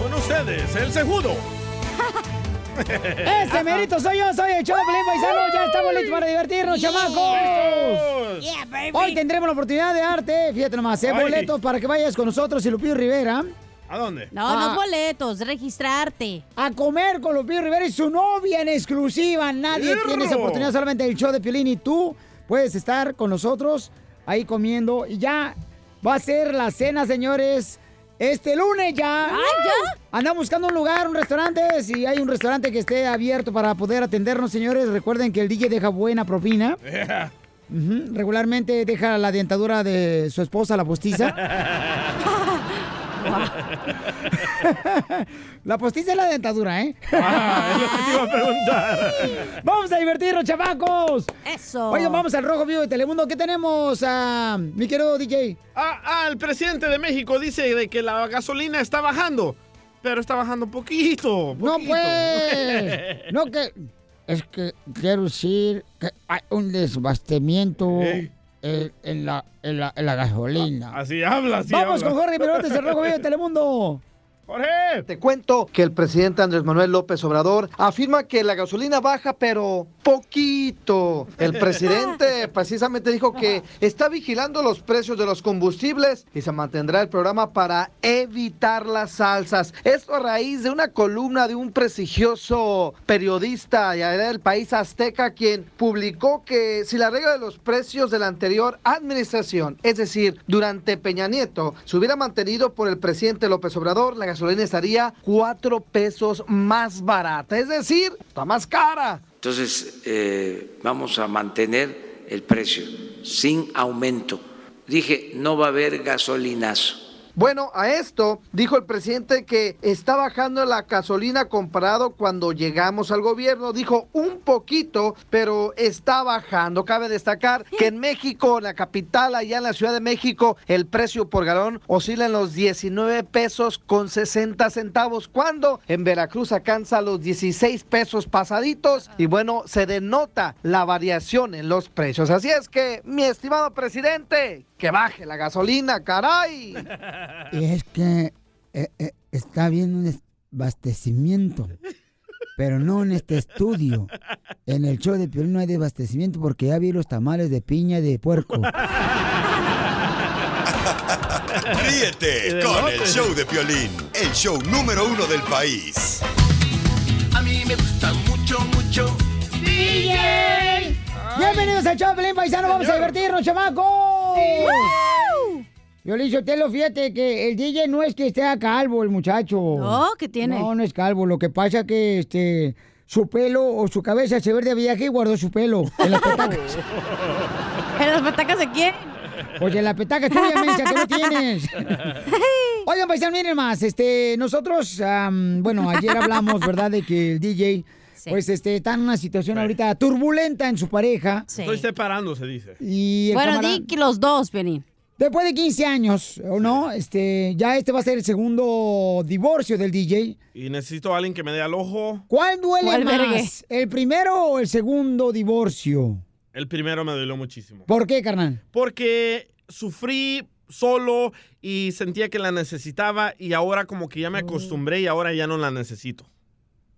Con ustedes, el segundo. Ese mérito soy yo, soy el show de Pelín Paisano. Ya estamos listos para divertirnos, Yeah. chamacos. Yeah, baby. Hoy tendremos la oportunidad de arte, fíjate nomás, eh, Ay. boletos para que vayas con nosotros y Lupillo Rivera ¿A dónde? No, Ah. no boletos, registrarte. a comer con Lupillo Rivera y su novia en exclusiva. Nadie ¡Hierro! tiene esa oportunidad, solamente el show de Piolín y tú puedes estar con nosotros ahí comiendo. Y ya va a ser la cena, señores. Este lunes ya. ¿ya? Andamos buscando un lugar, un restaurante. Si hay un restaurante que esté abierto para poder atendernos, señores, recuerden que el DJ deja buena propina. Ujú, Regularmente deja la dentadura de su esposa, la postiza. la postiza es la dentadura, ¿eh? Ah, es lo que te iba a preguntar. ¡Vamos a divertirnos, chamacos! Eso. Oigan, vamos al Rojo Vivo de Telemundo. ¿Qué tenemos, ah, mi querido DJ? Ah, ah, el presidente de México dice de que la gasolina está bajando, pero está bajando poquito. No, poquito. pues. No, que. Es que quiero decir que hay un desbastecimiento Ey. eh, en, la, en, la, en la gasolina. Así habla, así Vamos habla. con Jorge Mirotes, el Rojo Vivo de Telemundo. Jorge. Te cuento que el presidente Andrés Manuel López Obrador afirma que la gasolina baja, pero poquito. El presidente precisamente dijo que está vigilando los precios de los combustibles y se mantendrá el programa para evitar las alzas. Esto a raíz de una columna de un prestigioso periodista ya era del país azteca quien publicó que si la regla de los precios de la anterior administración, es decir, durante Peña Nieto, se hubiera mantenido por el presidente López Obrador, la gasolina estaría cuatro pesos más barata, es decir, está más cara. Entonces, eh, vamos a mantener el precio sin aumento. Dije, no va a haber gasolinazo. Bueno, a esto dijo el presidente que está bajando la gasolina comparado cuando llegamos al gobierno. Dijo un poquito, pero está bajando. Cabe destacar que en México, en la capital, allá en la Ciudad de México, el precio por galón oscila en los 19 pesos con 60 centavos, cuando en Veracruz alcanza los 16 pesos pasaditos. Y bueno, se denota la variación en los precios. Así es que, mi estimado presidente, que baje la gasolina, caray. Y es que eh, eh, está habiendo un desabastecimiento, pero no en este estudio. En el show de Piolín no hay desabastecimiento porque ya vi los tamales de piña de puerco. Ríete con el show de Piolín, el show número uno del país. Bienvenidos al show de Piolín, paisano, vamos a divertirnos, chamacos. Piolín Sotelo, fíjate que el DJ no es que esté calvo el muchacho. No, ¿qué tiene? No, no es calvo, lo que pasa que este... Su pelo o su cabeza se ve de viaje y guardó su pelo en las petacas. ¿En las patacas de quién? Oye, la petaca tuya, mensa, que no tienes. Oigan, paisano, miren más, este, nosotros, am, bueno, ayer hablamos, ¿verdad?, de que el DJ, Sí. pues, este, está en una situación ahorita turbulenta en su pareja. Sí. Estoy separando, se dice. pues. Y el Bueno, camarada- di que los dos, Piolín. después de 15 años, ¿o no? Este, ya este va a ser el segundo divorcio del DJ. Y necesito a alguien que me dé al ojo. ¿Cuál duele ¿Cuál más, vergue? el primero o el segundo divorcio? El primero me dolió muchísimo. ¿Por qué, carnal? Porque sufrí solo y sentía que la necesitaba y ahora como que ya Oh. me acostumbré y ahora ya no la necesito.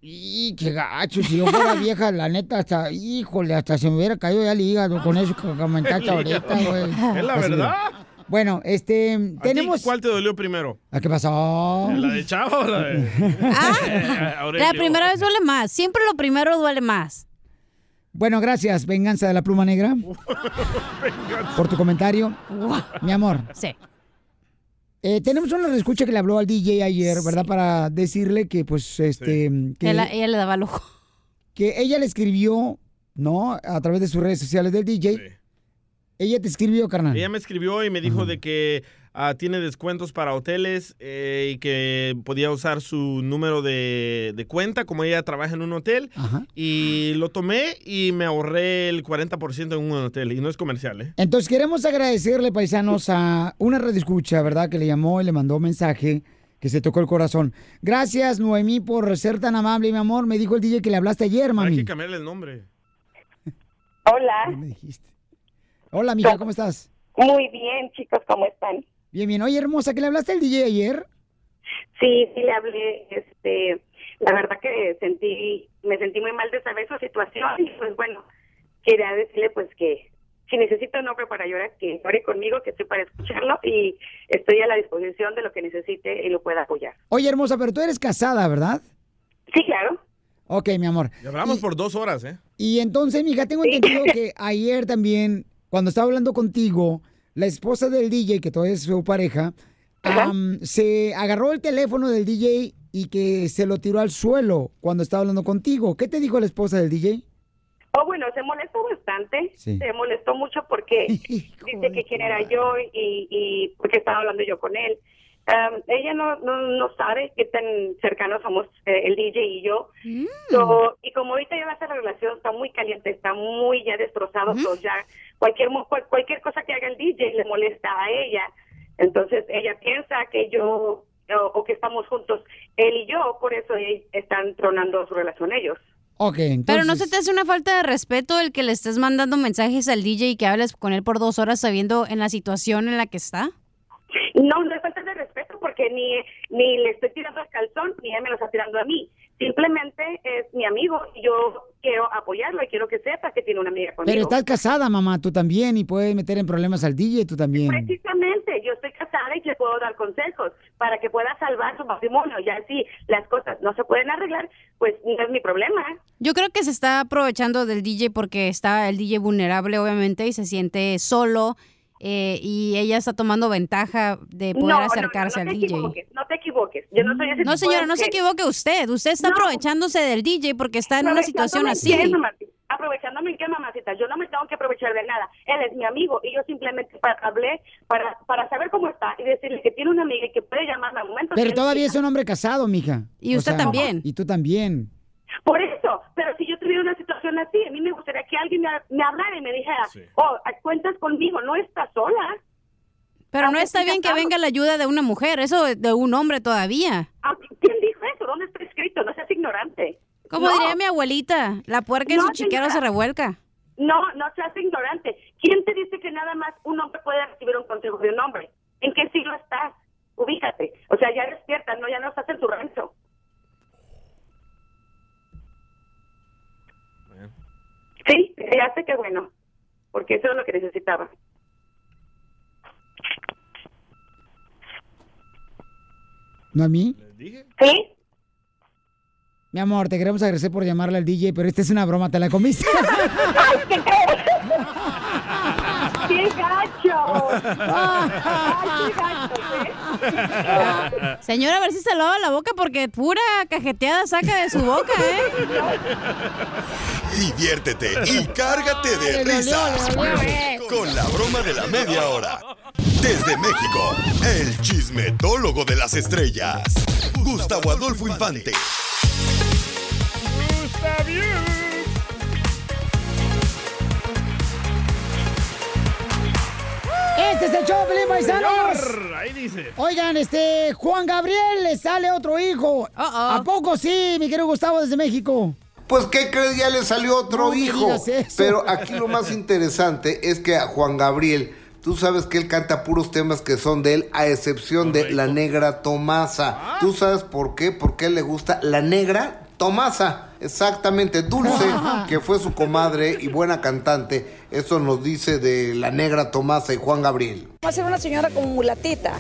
Y qué gacho, si yo fuera vieja, la neta, hasta, híjole, hasta se me hubiera caído ya el hígado con eso que comentaste ahorita, güey. Es la Así, verdad. Bueno, este, ¿A ti tenemos... ¿Cuál te dolió primero? ¿A qué pasó? ¿La de Chava o la de.? Ah, Aurelio? la primera vez duele más. Siempre lo primero duele más. Bueno, gracias, Venganza de la Pluma Negra, por tu comentario. Mi amor, Sí. eh, tenemos una escucha que le habló al DJ ayer, ¿verdad? Para decirle que, pues, este... Que, Él- ella le daba lujo. que ella le escribió No, a través de sus redes sociales del DJ. Ella te escribió, carnal. Ella me escribió y me dijo de que ah, tiene descuentos para hoteles eh, y que podía usar su número de, de cuenta, como ella trabaja en un hotel. Ajá. Y lo tomé y me ahorré el 40% en un hotel. Y no es comercial, ¿eh? Entonces queremos agradecerle, paisanos, a una radio escucha, ¿verdad? Que le llamó y le mandó un mensaje que se tocó el corazón. Gracias, Noemí, por ser tan amable, mi amor. Me dijo el DJ que le hablaste ayer, Hay que mami. cambiarle el nombre. Hola, Me dijiste. Hola, mija, ¿cómo estás? muy bien chicos, ¿cómo están? Bien, bien. Oye, hermosa, ¿que le hablaste al DJ ayer? Sí, sí le hablé, este, la verdad que sentí, me sentí muy mal de saber su situación y pues bueno, quería decirle pues que si necesita un hombre para llorar, que llore conmigo, que estoy para escucharlo y estoy a la disposición de lo que necesite y lo pueda apoyar. Oye, hermosa, pero tú eres casada, ¿verdad? Sí, claro. Ok, mi amor. Y hablamos Y- por dos horas, ¿eh? Y entonces, mija, tengo entendido que ayer también, cuando estaba hablando contigo, la esposa del DJ, que todavía es su pareja, am, se agarró el teléfono del DJ y que se lo tiró al suelo cuando estaba hablando contigo. ¿Qué te dijo la esposa del DJ? Oh, bueno, se molestó bastante, Sí. se molestó mucho porque dice que quién era yo y, y porque estaba hablando yo con él. Am, ella no, no, no sabe qué tan cercanos somos eh, el DJ y yo. So, y como ahorita ya nuestra relación está muy caliente, está muy ya destrozado, so ya cualquier, mo- cual- cualquier cosa que haga el DJ le molesta a ella. Entonces ella piensa que yo o, o que estamos juntos él y yo, por eso eh, están tronando su relación ellos. Ok, entonces. Pero no se te hace una falta de respeto el que le estés mandando mensajes al DJ y que hables con él por dos horas sabiendo en la situación en la que está. No, no es falta de respeto porque ni, ni le estoy tirando el calzón ni él me lo está tirando a mí. Simplemente es mi amigo y yo quiero apoyarlo y quiero que sepa que tiene una amiga conmigo. Pero estás casada, mamá, tú también, y puedes meter en problemas al DJ pues, tú también. Precisamente, yo estoy casada y le puedo dar consejos para que pueda salvar su matrimonio. Ya si las cosas no se pueden arreglar, pues no es mi problema. Yo creo que se está aprovechando del DJ porque está el DJ vulnerable, obviamente, y se siente solo. eh, y ella está tomando ventaja de poder no, no, acercarse no, no al te DJ. Equivoques, no te equivoques, yo no soy ese tipo No, de señora, no se mujer. equivoque usted. Usted está Pues No. aprovechándose del DJ porque está en una situación Aprovechándome en así. qué, mamacita? Aprovechándome en qué, mamacita. Yo no me tengo que aprovechar de nada. Él es mi amigo y yo simplemente pa- hablé para, para saber cómo está y decirle que tiene una amiga y que puede llamarme al momento. que Pero él todavía es quiera. un hombre casado, mija. Y usted también. Y tú también. Por eso, pero si yo tuviera una situación así, a mí me gustaría que alguien me, me hablara y me dijera, oh, cuentas conmigo, no estás sola. Pero no Aunque está sí bien que casado. venga la ayuda de una mujer, eso de un hombre todavía. Ah, ¿Quién dijo eso? ¿Dónde está escrito? No seas ignorante. Como No. diría mi abuelita, la puerca y No, su chiquero se señora. revuelca. No, no seas ignorante. ¿Quién te dice que nada más un hombre puede recibir un consejo de un hombre? ¿En qué siglo estás? Ubícate. O sea, ya despierta, no, ya no estás en tu rancho. Sí, ya sé que bueno, porque eso es lo que necesitaba. ¿No a mí? ¿Sí? Mi amor, te queremos agradecer por llamarle al DJ, pero esta es una broma, te la comiste. ¡Qué gacho! ¡Ay, qué gacho! ¿eh? Señora, a ver si se lava la boca porque pura cajeteada saca de su boca, ¿eh? Diviértete y cárgate de risas con la broma de la media hora. Desde México, el chismetólogo de las estrellas, Gustavo Adolfo Infante. Este es el show, Pelín Paisanos. Señor, Ahí dice. Oigan, este, Juan Gabriel le sale otro hijo. ¿A poco sí, mi querido Gustavo desde México? Pues, ¿qué crees? Ya le salió otro No me hijo. digas eso. Pero aquí lo más interesante es que a Juan Gabriel, tú sabes que él canta puros temas que son de él, a excepción de La Negra Tomasa. ¿Tú sabes por qué? Porque a él le gusta La Negra Tomasa. Exactamente, Dulce, que fue su comadre y buena cantante. Eso nos dice de La Negra Tomasa y Juan Gabriel. Va a ser una señora como mulatita,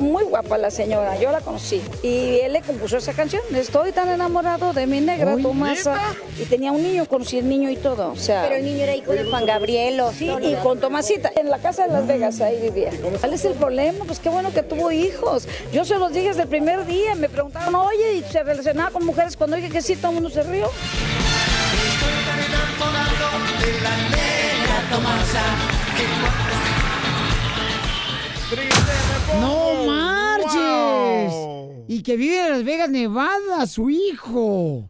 muy guapa la señora, yo la conocí. Y él le compuso esa canción, Estoy tan enamorado de mi negra Uy, Tomasa. Y tenía un niño, conocí el niño y todo. O sea, Pero el niño era hijo de Juan Gabriel. Sí, y con Tomasita, en la casa de Las Vegas, ahí vivía. ¿Cuál es el problema? Pues qué bueno que tuvo hijos. Yo se los dije desde el primer día, me preguntaron, oye, ¿y se relacionaba con mujeres? Cuando dije que sí, todo el mundo se rió. de la negra Tomasa. Oh, ¡No marches! Y que vive en Las Vegas, Nevada, su hijo.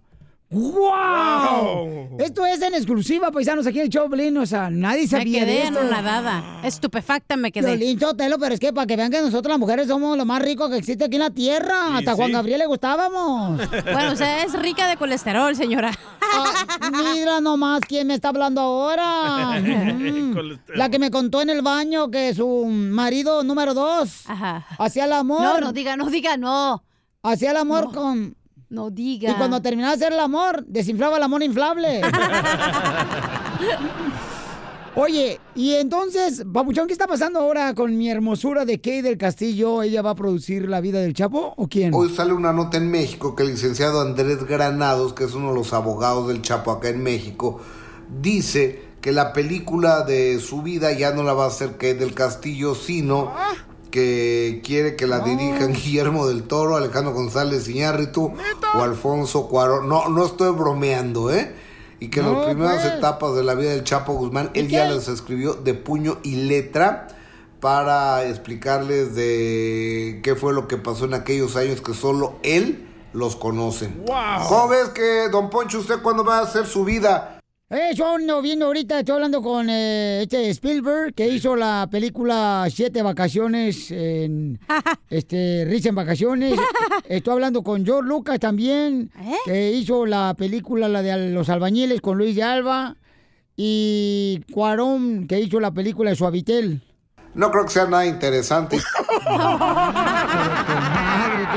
¡Wow! Esto es en exclusiva, paisanos, aquí en el show, Pelín, O sea, nadie Me sabía de quedé esto. anonadada. Estupefacta me quedé. Piolín Sotelo, pero es que para que vean que nosotros las mujeres somos lo más rico que existe aquí en la tierra. Hasta Juan sí. Gabriel le gustábamos. Bueno, usted es rica de colesterol, señora. Ah, mira nomás quién me está hablando ahora. Mm. La que me contó en el baño que su marido número dos hacía el amor. No, no diga, no diga, no. Hacía el amor con. No diga. Y cuando terminaba de hacer el amor, desinflaba el amor inflable. Oye, y entonces, Papuchón, ¿qué está pasando ahora con mi hermosura de Kay del Castillo? ¿Ella va a producir la vida del Chapo o quién? Hoy sale una nota en México que el licenciado Andrés Granados, que es uno de los abogados del Chapo acá en México, dice que la película de su vida ya no la va a hacer Kate del Castillo, sino que quiere que la dirijan Guillermo del Toro, Alejandro González Iñárritu o Alfonso Cuarón. No, no estoy bromeando, ¿eh? Y que No, las primeras pues. etapas de la vida del Chapo Guzmán, ¿Y él ya qué? las escribió de puño y letra para explicarles de qué fue lo que pasó en aquellos años que solo él los conoce. ¿Cómo ves que, don Poncho, usted cuándo va a hacer su vida? Eh, yo ando viendo ahorita, estoy hablando con eh, este Spielberg, que hizo la película Siete Vacaciones, en, este, Risa en Vacaciones. Estoy hablando con George Lucas también, que hizo la película La de los albañiles con Luis de Alba. Y Cuarón, que hizo la película de Suavitel. No creo que sea nada interesante.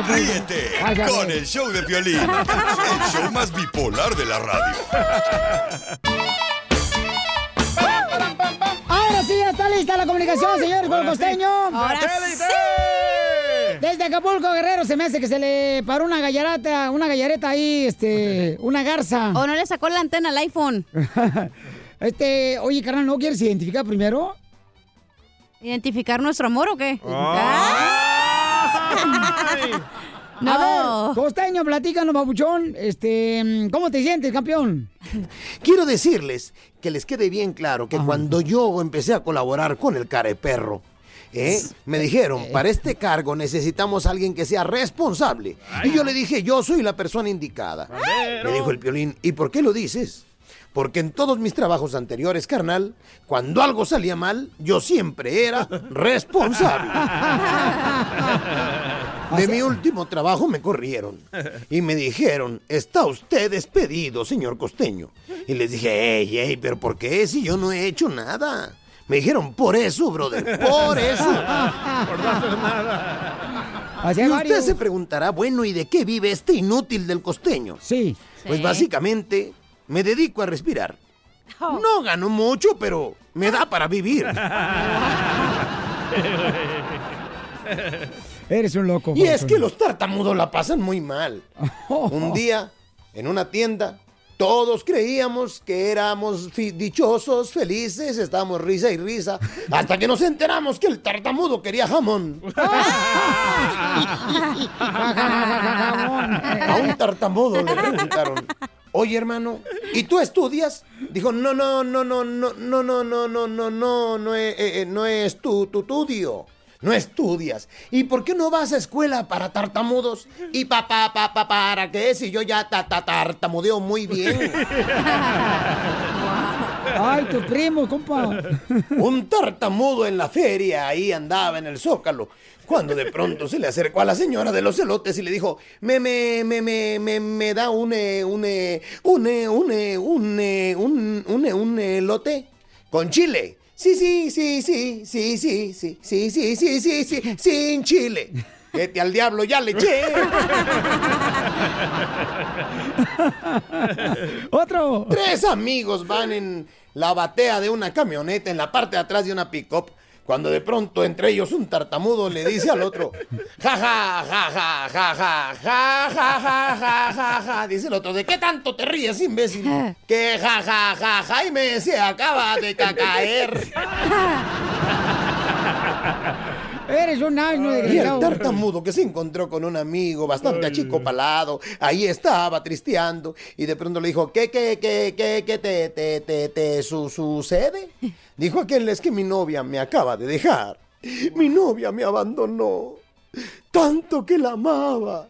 Ríete Ay, con el show de Piolín, el show más bipolar de la radio. Ahora sí, ya está lista la comunicación, señores, con el Ahora sí. costeño. Ahora sí. Desde Acapulco, Guerrero, se me hace que se le paró una gallarata, una gallareta ahí, este, una garza. O no le sacó la antena al iPhone. este, oye, carnal, ¿no quieres identificar primero? ¿Identificar nuestro amor o qué? Ah. A ver, costeño, platícanos, babuchón. Este, mm, ¿cómo te sientes, campeón? Quiero decirles que les quede bien claro que cuando yo empecé a colaborar con el Careperro, ¿eh? me dijeron, para este cargo necesitamos a alguien que sea responsable. Y yo le dije, yo soy la persona indicada. Me dijo el Piolín, ¿y por qué lo dices? Porque en todos mis trabajos anteriores, carnal, cuando algo salía mal, yo siempre era responsable. De mi último trabajo me corrieron. Y me dijeron, está usted despedido, señor costeño. Y les dije, hey, hey, pero ¿por qué si yo no he hecho nada? Me dijeron, por eso, brother, por eso. Hacía y usted varios. se preguntará, bueno, ¿y de qué vive este inútil del costeño? Sí. Pues básicamente, me dedico a respirar. No gano mucho, pero me da para vivir. Eres un loco. Y es Papuchón. que los tartamudos la pasan muy mal. Un día, en una tienda, todos creíamos que éramos fi- dichosos, felices, estábamos risa y risa, hasta que nos enteramos que el tartamudo quería jamón. A un tartamudo le preguntaron, oye hermano, ¿y tú estudias? Dijo, no, no, no, no, no, no, no, no, no, no, no, no es, eh, eh, no es tu, tu estudio. No estudias. ¿Y por qué no vas a escuela para tartamudos? Y pa, pa, pa, pa, para qué si yo ya ta, ta, tartamudeo muy bien. Ay, tu primo, compa. Un tartamudo en la feria, ahí andaba en el zócalo. Cuando de pronto se le acercó a la señora de los elotes y le dijo, me, me, me, me, me, me da un, eh, un, eh, un, eh, un, eh, un, eh, un, un, eh, un elote con chile. Sí, sí, sí, sí, sí, sí, sí, sí, sí, sí, sí, sí, sin chile. Vete al diablo, ya le eché. Otro. Tres amigos van en la batea de una camioneta en la parte de atrás de una pick-up. Cuando de pronto entre ellos un tartamudo le dice al otro, ja ja ja ja ja ja ja ja ja ja ja ja", dice el otro, ¿de qué tanto te ríes, imbécil? Que ja ja ja Jaime se acaba de cacaer. Eres un asno Y el desgraciado. tartamudo que se encontró con un amigo bastante achicopalado, ahí estaba tristeando y de pronto le dijo, ¿qué, qué, qué, qué, qué te, te, te, te su- sucede? Dijo aquel, es que mi novia me acaba de dejar, mi novia me abandonó, tanto que la amaba.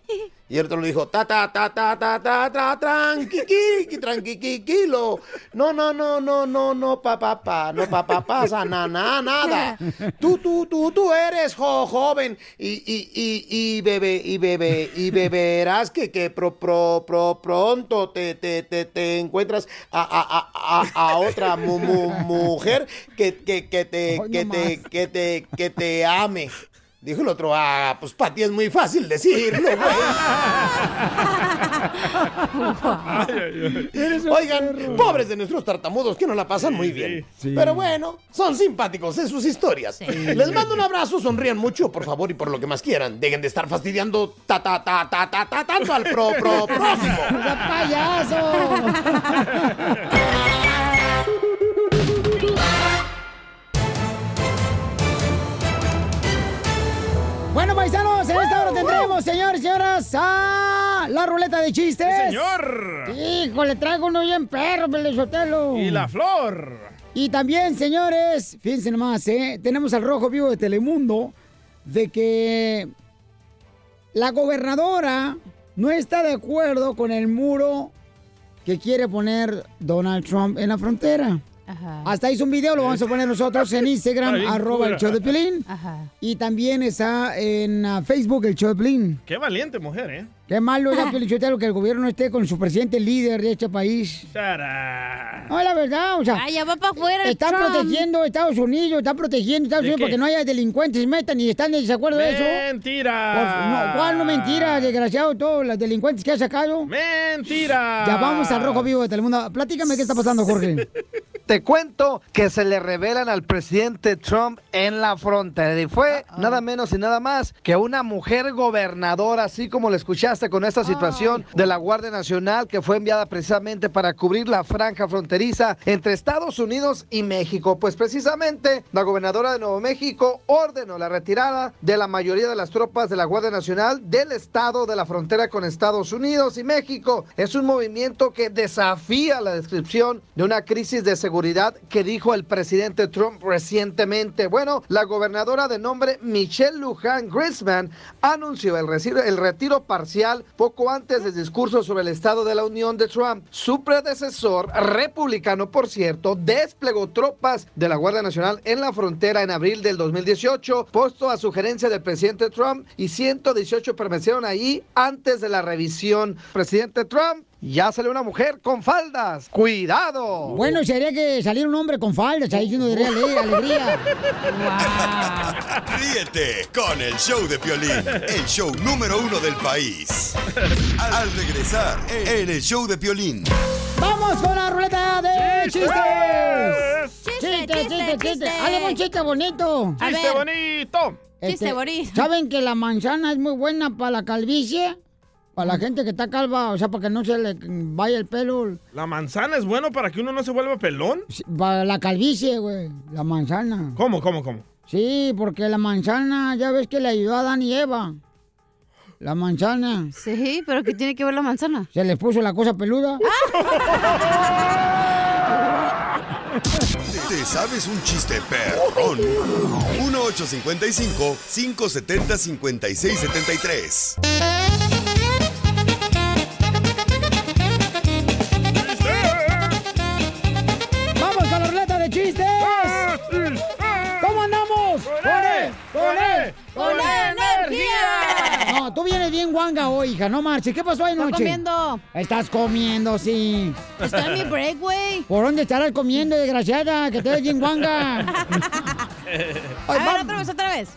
Y el otro le dijo, ta, ta, ta, ta, ta, ta, ta, tranqui, qui, tranqui, tranquilo. No, no, no, no, no, no, pa, pa, pa, no, pa, pa, pasa, na, na, nada. Tú, tú, tú, tú eres jo- joven y, y, y, y bebe, y bebe, y beberás que, que pro, pro, pro, pronto te, te, te, te encuentras a, a, a, a, a otra mu- mu- mujer que, que, que te, que te, que te, que te ame. Dijo el otro, ah, pues para ti es muy fácil decirlo, güey. Oigan, pobres de nuestros tartamudos que no la pasan muy bien. Pero bueno, son simpáticos en sus historias. Les mando un abrazo, sonrían mucho, por favor, y por lo que más quieran. Dejen de estar fastidiando ta ta ta ta ta ta tanto al pro pro próximo. payaso! Bueno, paisanos, en esta hora tendremos, señores y señoras, a la ruleta de chistes. ¡Sí, señor! Híjole, traigo uno bien perro, Pelizotelo. Y la flor. Y también, señores, fíjense nomás, ¿eh? tenemos al rojo vivo de Telemundo de que la gobernadora no está de acuerdo con el muro que quiere poner Donald Trump en la frontera. Hasta hizo un video, lo vamos a poner nosotros en Instagram, Está bien arroba el cura. show de Piolín. Ajá. Y también está en ah, Facebook el show de Piolín. Qué valiente mujer, ¿eh? Qué malo es Piolichotelo que el gobierno esté con su presidente líder de este país. Sara. No, la verdad, o sea. Ah, ya va para afuera el Están Trump. protegiendo a Estados Unidos, están protegiendo a Estados ¿De Unidos qué? para que no haya delincuentes, metan y están en desacuerdo de eso. Mentira. Por- no, ¿Cuál no mentira, desgraciado? Todos los delincuentes que ha sacado. ¡Mentira! Ya vamos al Rojo Vivo de Telemundo. Platícame qué está pasando, Jorge. Te cuento que se le revelan al presidente Trump en la frontera y fue Ah, nada menos y nada más que una mujer gobernadora, así como lo escuchaste con esta situación de la Guardia Nacional que fue enviada precisamente para cubrir la franja fronteriza entre Estados Unidos y México. Pues precisamente la gobernadora de Nuevo México ordenó la retirada de la mayoría de las tropas de la Guardia Nacional del estado de la frontera con Estados Unidos y México. Es un movimiento que desafía la descripción de una crisis de seguridad que dijo el presidente Trump recientemente. Bueno, la gobernadora de nombre Michelle Luján Grisman anunció el, reci- el retiro parcial poco antes del discurso sobre el estado de la Unión de Trump. Su predecesor, republicano por cierto, desplegó tropas de la Guardia Nacional en la frontera en abril del 2018, puesto a sugerencia del presidente Trump y 118 permanecieron ahí antes de la revisión. Presidente Trump, ya salió una mujer con faldas. ¡Cuidado! Bueno, sería que saliera un hombre con faldas ahí diciendo de ale- alegría. Ríete con el show de Piolín, el show número uno del país. Al regresar en el show de Piolín. ¡Vamos con la ruleta de ¡Chistes! chistes! Chiste, chiste, chiste. ¡Hágame un chiste bonito! Este, A Chiste ver. bonito! Chiste bonito. ¿Saben que la manzana es muy buena para la calvicie? Para la gente que está calva, o sea, para que no se le vaya el pelo. ¿La manzana es bueno para que uno no se vuelva pelón? Para la calvicie, güey. La manzana. ¿Cómo, cómo, cómo? Sí, porque la manzana, ya ves que le ayudó a Adán y Eva. La manzana. Sí, pero ¿qué tiene que ver la manzana? Se les puso la cosa peluda. ¿Te sabes un chiste perrón? 1855-570-5673. ¡Vamos con la ruleta de chistes! ¿Cómo andamos? ¡Con E! ¡Con E! ¡Con E energía! No, tú vienes bien guanga hoy, hija. No marches. ¿Qué pasó ahí Estoy noche? comiendo. Estás comiendo, sí. Estoy en mi break, güey. ¿Por dónde estarás comiendo, desgraciada? Que te ves bien guanga. A ver, otra vez, otra vez.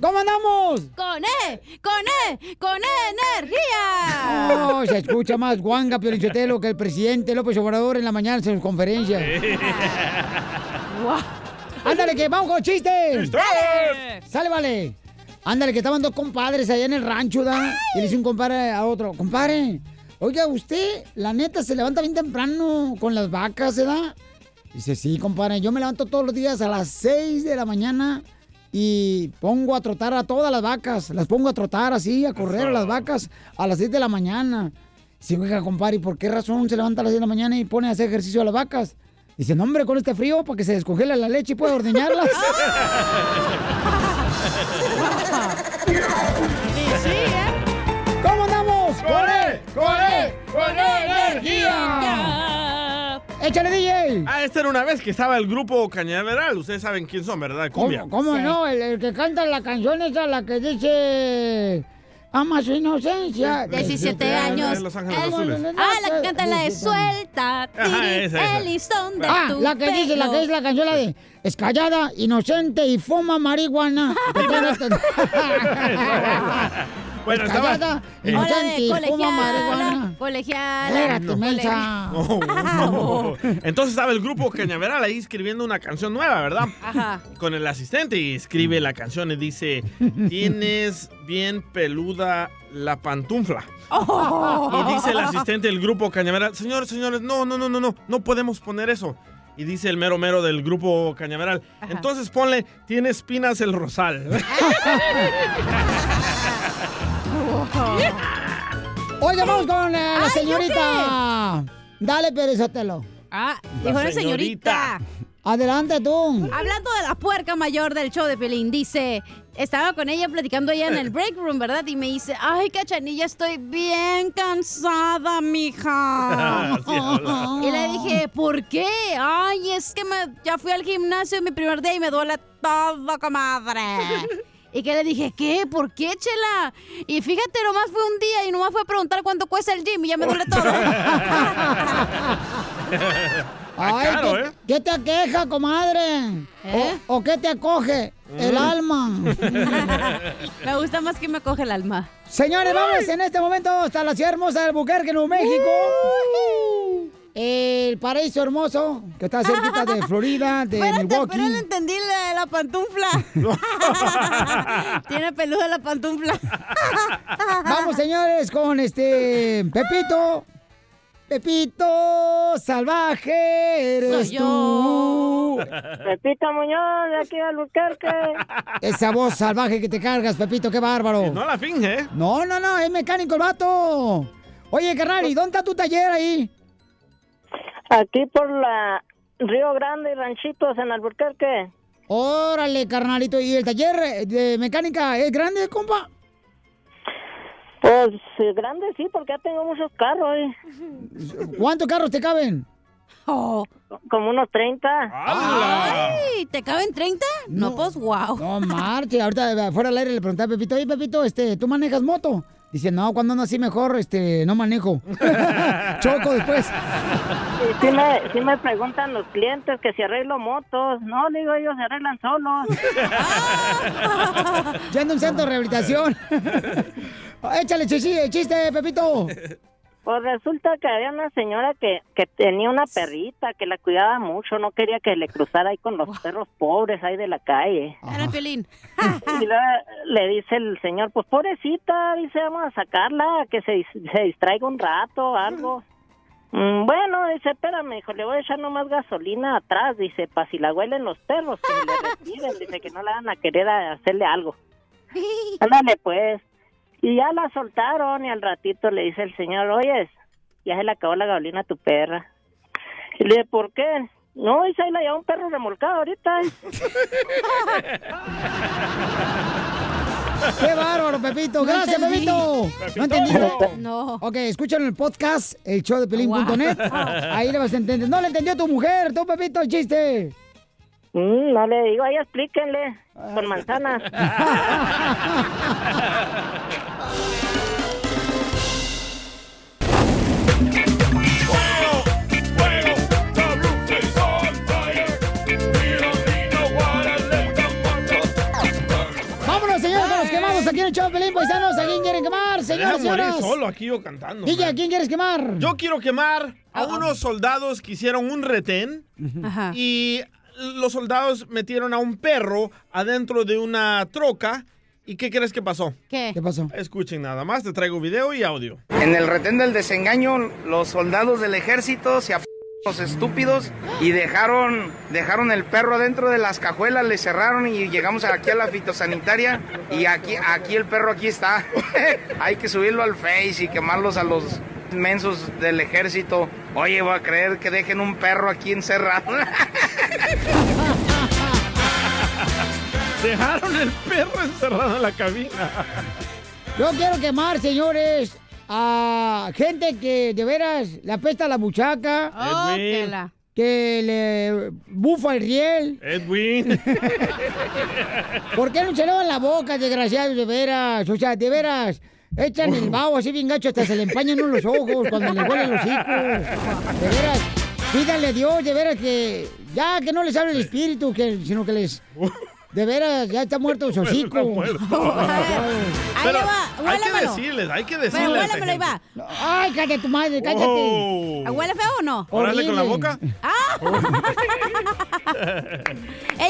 ¿Cómo andamos? ¡Con E! ¡Con E! ¡Con E energía! No, se escucha más guanga, Piolichotelo, que el presidente López Obrador en la mañana en sus conferencias. Ándale, que vamos con chistes. ¡Chistes! Sale, vale. Ándale, que estaban dos compadres allá en el rancho, ¿da? Y le dice un compadre a otro, compadre, oiga, usted, la neta, se levanta bien temprano con las vacas, ¿verdad? Dice, sí, compadre, yo me levanto todos los días a las 6 de la mañana y pongo a trotar a todas las vacas. Las pongo a trotar así, a correr a las vacas a las 6 de la mañana. Dice, oiga, compadre, ¿y ¿por qué razón se levanta a las 6 de la mañana y pone a hacer ejercicio a las vacas? Dice, no, hombre, con este frío, para que se descongele la leche y pueda ordeñarlas. ¿Cómo andamos? ¡Corre, corre, corre, energía! ¡Échale, DJ! Ah, esta era una vez que estaba el grupo Cañaveral. Ustedes saben quién son, ¿verdad? Cumbia. ¿Cómo, cómo no? El, el que canta la canción esa, la que dice... Ama su inocencia. 17 años. Los Ángeles El- Azules. Ah, la que canta la de suelta. Ajá, tiri, esa, esa. El listón de Ah, tu la que dice, la que es la canción la de es callada, inocente y fuma marihuana. Bueno, Es estaba... callada, Eh, Hola inocente de y fuma colegiala. marihuana. Colegiala. Espérate, mensa. Oh, no. Entonces estaba el grupo Cañaveral ahí escribiendo una canción nueva, ¿verdad? Ajá. Con el asistente y escribe la canción y dice, tienes bien peluda la pantufla. Oh. Y dice el asistente del grupo Cañaveral, señores, señores, no, no, no, no, no, no podemos poner eso. Y dice el mero mero del grupo Cañaveral, entonces ponle, tiene espinas el rosal. Ah. Oye, vamos con eh, la Ay, señorita. Dale, Pérez Otelo. Ah, dijo la señorita. Ah, Adelante tú. Hablando de la puerca mayor del show de Pelín, dice, estaba con ella platicando ella en el break room, ¿verdad? Y me dice, ay, cachanilla, estoy bien cansada, mija. Así habla. y le dije, ¿por qué? Ay, es que me- ya fui al gimnasio mi primer día y me duele todo, comadre. Y que le dije, ¿qué? ¿Por qué, chela? Y fíjate, nomás fue un día y nomás fue a preguntar cuánto cuesta el gym y ya me duele todo. Ay, ¿qué, qué te aqueja, comadre? ¿Eh? O, o qué te acoge? El ¿eh? Mm. alma. me gusta más que me coge el alma. Señores, vamos en este momento hasta la ciudad hermosa de Albuquerque, Nuevo México. El paraíso hermoso que está cerquita de Florida, de Milwaukee. Pero no entendí la, la pantufla. Tiene peluda la pantufla. Vamos, señores, con este Pepito. Pepito salvaje eres Soy tú. Pepito Muñoz, de aquí de Albuquerque. Esa voz salvaje que te cargas, Pepito, qué bárbaro. no la finge. ¿eh? No, no, no, es mecánico el vato. Oye, carnal, ¿y dónde está tu taller ahí? Pues- Aquí por la Río Grande y Ranchitos en Albuquerque. Órale, carnalito, ¿y el taller de mecánica es grande, compa? Pues grande sí, porque ya tengo muchos carros. ¿Cuántos carros te caben? Como unos 30. Ay, ¿te caben 30? No, pues wow. No, marche, ahorita eh, fuera del aire le pregunté a Pepito, oye, Pepito, este, ¿tú manejas moto? Dice, no, cuando no así mejor, este, no manejo. Choco después. Y sí me, sí me preguntan los clientes que si arreglo motos. No, le digo, ellos se arreglan solos. Ya ando en centro de rehabilitación. Échale chiste, chiste, Pepito. Pues resulta que había una señora que, que tenía una perrita que la cuidaba mucho, no quería que le cruzara ahí con los perros pobres ahí de la calle. Era Ah. Pelín. Y luego le dice el señor, pues pobrecita, dice, vamos a sacarla, que se, dis- se distraiga un rato o algo. Mm, Bueno, dice, espérame, hijo, le voy a echar nomás gasolina atrás, dice, para si la huelen los perros, que se le retiren, dice, que no la van a querer a- hacerle algo. Ándale, pues. Y ya la soltaron y al ratito le dice el señor, oyes, ya se le acabó la gasolina a tu perra. Y le dice, ¿por qué? No, dice, ahí la lleva un perro remolcado ahorita. Qué bárbaro, Pepito. Gracias, No entendí. Pepito. ¿No entendido? No. Ok, escúchalo en el podcast, el show de pelín.net. Ahí le vas a entender. No le entendió tu mujer, tú, Pepito, el chiste. Mm, no le digo, ahí explíquenle, con manzanas. Vámonos, señores, con los quemados aquí en el show de pelín, paisanos. ¿A quién quieren quemar, Se deja señores, morir señoras? solo aquí yo cantando. DJ, ¿a quién quieres quemar? Ah, Yo quiero quemar a unos soldados que hicieron un retén Ajá. y los soldados metieron a un perro adentro de una troca. ¿Y qué crees que pasó? ¿Qué? ¿Qué pasó? Escuchen nada más, te traigo video y audio. En el retén del desengaño, los soldados del ejército se los estúpidos y dejaron, dejaron el perro adentro de las cajuelas, le cerraron y llegamos aquí a la fitosanitaria y aquí, aquí el perro aquí está. Hay que subirlo al Face y quemarlos a los mensos del ejército. Oye, voy a creer que dejen un perro aquí encerrado. Dejaron el perro encerrado en la cabina. Yo quiero quemar, señores, a gente que de veras le apesta la buchaca. Oh, Edwin. tela. Que le bufa el riel. Edwin. ¿Por qué no se lavan la boca, desgraciados, de veras? O sea, de veras, echan el vaho así bien gacho, hasta se le empañan uno los ojos cuando les huelen los hijos. De veras, pídanle a Dios, de veras, que ya que no les hable el espíritu, que, sino que les... De veras, ya está muerto su hocico. Ahí le va, hay que huélemelo. decirles, hay que Bueno, decirles. huélemelo, ahí va. Ay, cállate tu madre, cállate. Wow. ¿Huele feo o no? Ah, Órale con la boca. Eh,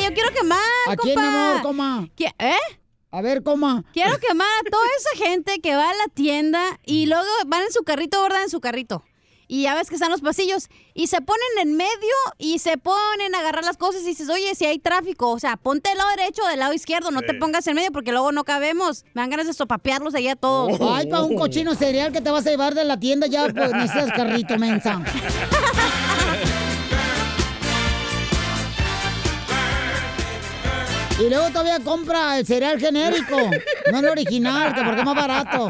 yo quiero quemar, ¿A compa. quién, mi amor, coma? ¿Eh? A ver, coma. Quiero quemar a toda esa gente que va a la tienda Mm. y luego van en su carrito, ¿verdad? En su carrito. Y ya ves que están los pasillos. Y se ponen en medio y se ponen a agarrar las cosas y dices, oye, si hay tráfico, o sea, ponte del lado derecho o del lado izquierdo, no te Sí. pongas en medio porque luego no cabemos. Me dan ganas de sopapearlos allá a todos. Ay, para Oh. un cochino cereal que te vas a llevar de la tienda ya, pues necesitas carrito, mensa. Y luego todavía compra el cereal genérico, no el original, que porque es más barato.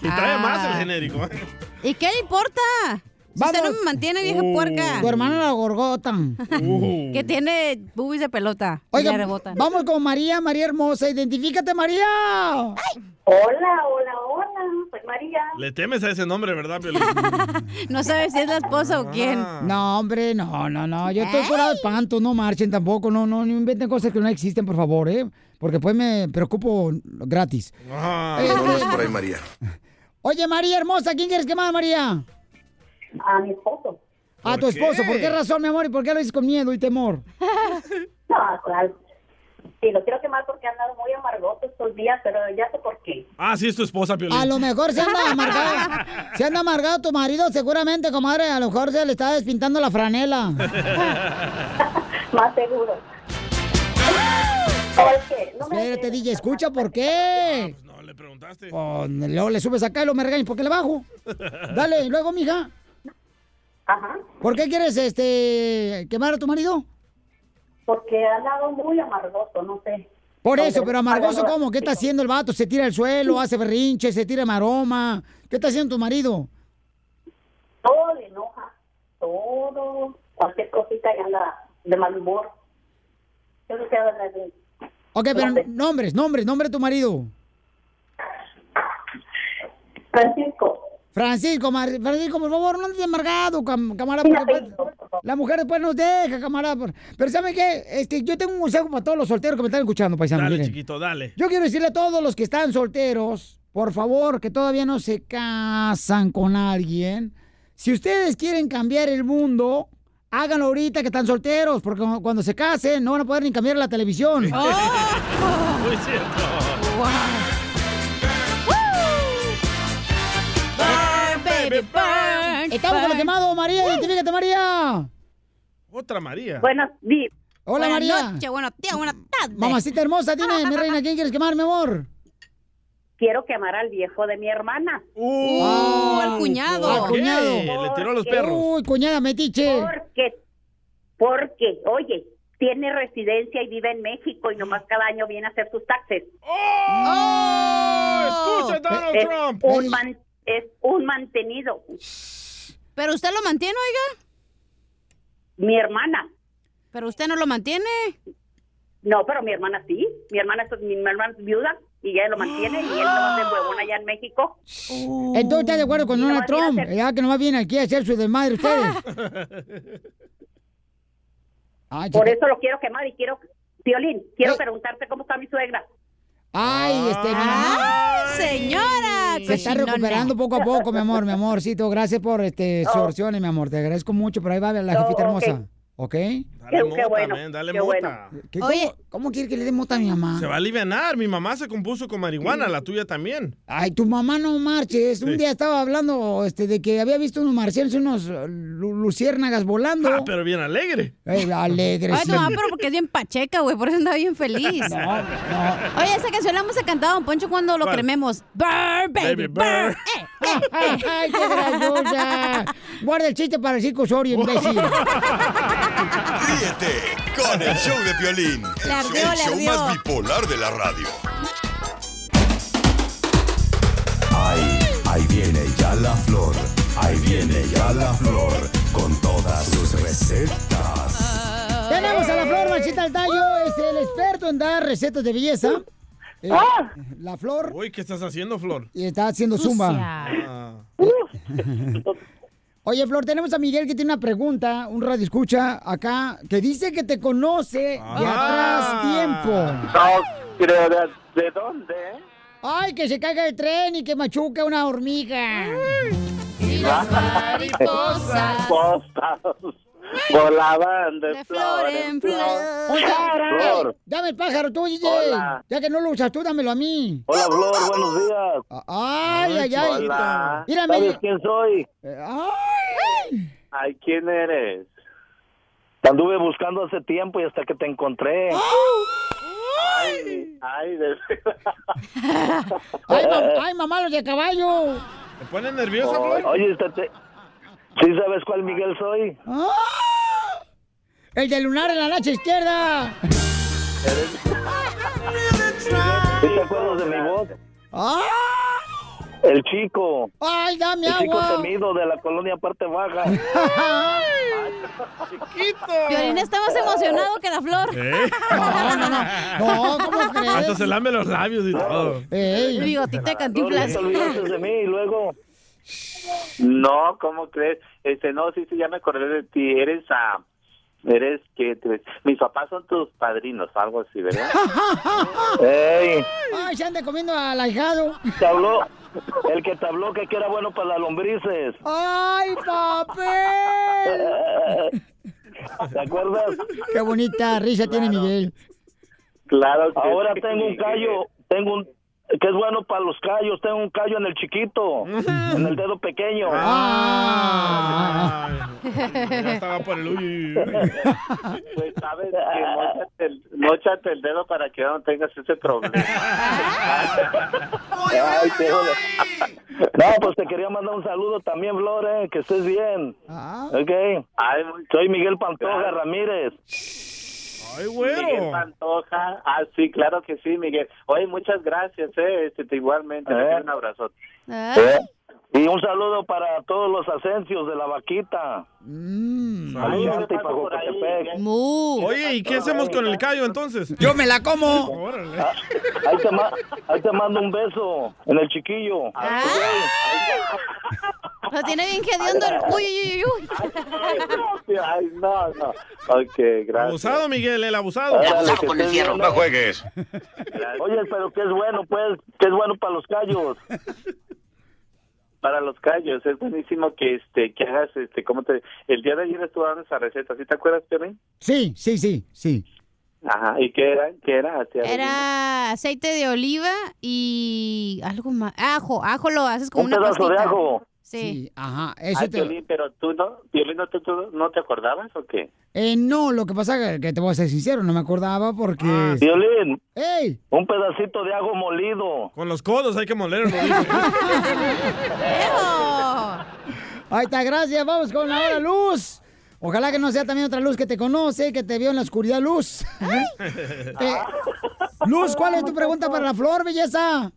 Y trae más el genérico. ¿eh? ¿Y qué le importa? Si usted no me mantiene, vieja puerca. Uh. Tu hermana la gorgota. Uh. Que tiene boobies de pelota. y le Oiga, rebotan. vamos con María, María hermosa. Identifícate, María. Hola, hola, hola. Soy María. Le temes a ese nombre, ¿verdad, Piolín? No sabes si es la esposa o quién. Ah. No, hombre, no, no, no. Yo estoy curado de espanto, no marchen tampoco, no, no, no inventen cosas que no existen, por favor, ¿eh? Porque después me preocupo gratis. Eh, No, no es por ahí, María. Oye, María hermosa, ¿quién quieres quemar, María? A mi esposo. A tu ¿Por esposo, qué? ¿por qué razón, mi amor? ¿Y por qué lo dices con miedo y temor? No, claro. Sí, lo quiero quemar porque han dado muy amargoso estos días, pero ya sé por qué. Ah, sí, es tu esposa, Piolín. A lo mejor se anda amargado. Se anda amargado tu marido, seguramente, comadre. A lo mejor se le está despintando la franela. Más seguro. ¡Ah! Espérate, DJ, escucha por qué. no, le preguntaste. luego le subes acá y lo me regañas, ¿por qué le bajo? Dale, y luego, mija. Ajá. ¿Por qué quieres este quemar a tu marido? Porque han dado muy amargoso, no sé. Por Porque eso, pero amargoso, agarró- ¿cómo? ¿Qué está haciendo el vato? Se tira al suelo, hace berrinche, se tira maroma. ¿Qué está haciendo tu marido? Todo le enoja. Todo. Cualquier cosita y anda de mal humor. Yo no sé hablar de Ok, pero nombres, nombres, nombre de tu marido. Francisco. Francisco, Mar- Francisco, por favor, no andes amargado, cam- camarada. porque después- la mujer después nos deja, camarada. por- Pero ¿saben qué? Este, yo tengo un consejo para todos los solteros que me están escuchando, paisano. Dale, Pues, miren. chiquito, dale. Yo quiero decirle a todos los que están solteros, por favor, que todavía no se casan con alguien. Si ustedes quieren cambiar el mundo, háganlo ahorita que están solteros, porque cu- cuando se casen no van a poder ni cambiar la televisión. Muy cierto. Estamos con lo quemado, María, identifícate, María. Otra María. Hola, Buenas María. noches, buenos días, buenas tardes. Mamacita hermosa, dime, mi reina, ¿quién quieres quemar, mi amor? Quiero quemar al viejo de mi hermana. Uh, al cuñado. al cuñado. Le tiró a los Porque- perros. Uy, cuñada metiche. Porque, porque, oye, tiene residencia y vive en México y nomás cada año viene a hacer sus taxes. Oh. Oh, ¡Escucha, Eh, Donald es Trump! Un man- es un mantenido. Pero usted lo mantiene, oiga. Mi hermana. Pero usted no lo mantiene. No, pero mi hermana sí. Mi hermana, es- mi hermana es viuda y ella lo mantiene y él no de huevón allá en México. Oh. Entonces, ¿estás de acuerdo con Y nomás Donald viene a Trump? hacer- Ya que nomás viene aquí a hacer su desmadre ustedes. Ah. Ay, Por chica. eso lo quiero quemar y quiero, Violín, quiero preguntarte cómo está mi suegra. Ay, Eh. este, mi amor. señora! pues, Se está cochinona. recuperando poco a poco, mi amor, mi amorcito. Gracias por este, Oh. su oraciones, mi amor. Te agradezco mucho, pero ahí va la Oh, jefita ok. hermosa. ¿Ok? ¿ok? Dale mota, men, dale mota. ¿Qué- cómo- ¿Cómo quiere que le dé mota a mi mamá? Se va a aliviar. Mi mamá se compuso con marihuana, la tuya también. Ay, tu mamá no marches. Un Sí. día estaba hablando este, de que había visto unos marcianos, unos eh, lu- luciérnagas volando. Ah, pero bien alegre. Eh, alegre, Ay, sí. tu mamá, pero porque es bien pacheca, güey. Por eso anda bien feliz. No, no. Oye, esa canción la vamos a cantar a Don Poncho cuando lo ¿Cuál? crememos. Burr, Baby, baby, burr. burr. Eh, eh, eh. ¡Ay, qué graciosa! Guarda el chiste para el circo Osorio, imbécil. Ríete con el show de violín. Le ardió, el le show ardió. más bipolar de la radio. Ahí, ahí viene ya la flor, ahí viene ya la flor, con todas sus recetas. Tenemos a la flor Marchita al tallo, es el experto en dar recetas de belleza. Eh, Ah. La flor Uy, ¿qué estás haciendo, Flor? y está haciendo zumba. Ah. Oye, Flor, tenemos a Miguel que tiene una pregunta, un radio escucha acá, que dice que te conoce de Ah. atrás tiempo. No creo de, de dónde. ¿eh? Ay, que se caiga el tren y que machuca una hormiga. Y las mariposas. Mariposas volaban de, flor en flor. Flor. Dame el pájaro tú, DJ. Hola. Ya que no lo usas tú, dámelo a mí. Ah, Hola, Flor, buenos días. Ay, ay, ay. Hola. Mira, ¿Sabes me- quién soy? Eh, ah. Ay. Ay, ¿quién eres? Te anduve buscando hace tiempo y hasta que te encontré. Ay, ay, de... Ay, Eh, mam- ay, mamá, los de caballo. ¿Te pone nerviosa, Oh, Flor? Oye, este te- ¿sí sabes cuál Miguel soy? ¡Ah! El de lunar en la nacha izquierda. ¿Sí te acuerdas de mi voz? ¡Ah! El chico. Ay, dame El chico agua. temido de la colonia parte baja. Chiquito. Violín está más emocionado que la flor. ¿Eh? No, no, no. No, ¿cómo Hasta crees? se lame los labios y todo. El bigotito de Flor, cantinflas. ¿te olvidaste de mí y luego? No, ¿cómo crees? Este, no, sí, sí, ya me acordé de ti. Eres a... Eres que te- mis papás son tus padrinos, algo así, ¿verdad? Ey, Ay, se anda comiendo al ahijado. te habló el que te habló que, que era bueno para las lombrices. ¡Ay, papel! ¿Te acuerdas? Qué bonita risa tiene Miguel. Claro. que Ahora sí, tengo un callo, tengo un que es bueno para los callos, tengo un callo en el chiquito, en el dedo pequeño. Ya estaba por el uy, uy, uy. Pues sabes que mochate el, móchate el dedo para que no tengas ese problema. Ah. Ay, qué joder. No, pues te quería mandar un saludo también, Flore, que estés bien. Ah. Ok. Soy Miguel Pantoja Ramírez. Ay, güero. Miguel Pantoja. Ah, sí, claro que sí, Miguel. Oye, muchas gracias, eh. Este, te- igualmente, te quiero un abrazote. Eh, Y un saludo para todos los asencios de la vaquita. Mm. Alicante y Pajocatepec. Oye, ¿y qué hacemos con el callo entonces? Yo me la como. Órale. Ah, Ahí te, ma- ahí te mando un beso en el chiquillo. Ah. Ah. ah, pues, Lo tiene bien hediondo el... Uy, uy, uy, uy. Ay, no, no. Ok, gracias. Abusado, Miguel, el abusado. Órale, que estés bien, hombre. juegues. Oye, pero que es bueno, pues, que es bueno para los callos. Para los callos, es buenísimo que este que hagas este, ¿cómo te? El día de ayer estuve dando esa receta, ¿sí te acuerdas, Piolín? Sí, sí, sí, sí. Ajá, ¿y qué era? ¿Qué era? Hacía Era aceite de oliva y algo más. Ajo, ajo lo haces con Un una pedazo de pastita. ajo. Sí. Ajá, Ay, Piolín, pero tú no, Piolín, ¿no, tú, tú no te acordabas o qué? Eh, no, lo que pasa es que te voy a ser sincero, no me acordaba porque... Ah. Violín, ¡Ey! un pedacito de ajo molido. Con los codos hay que molerlo. Oh. Ahí está, gracias, vamos con la hora luz. Ojalá que no sea también otra luz que te conoce, que te vio en la oscuridad, luz. Eh, luz, ¿cuál es tu pregunta para la flor, belleza?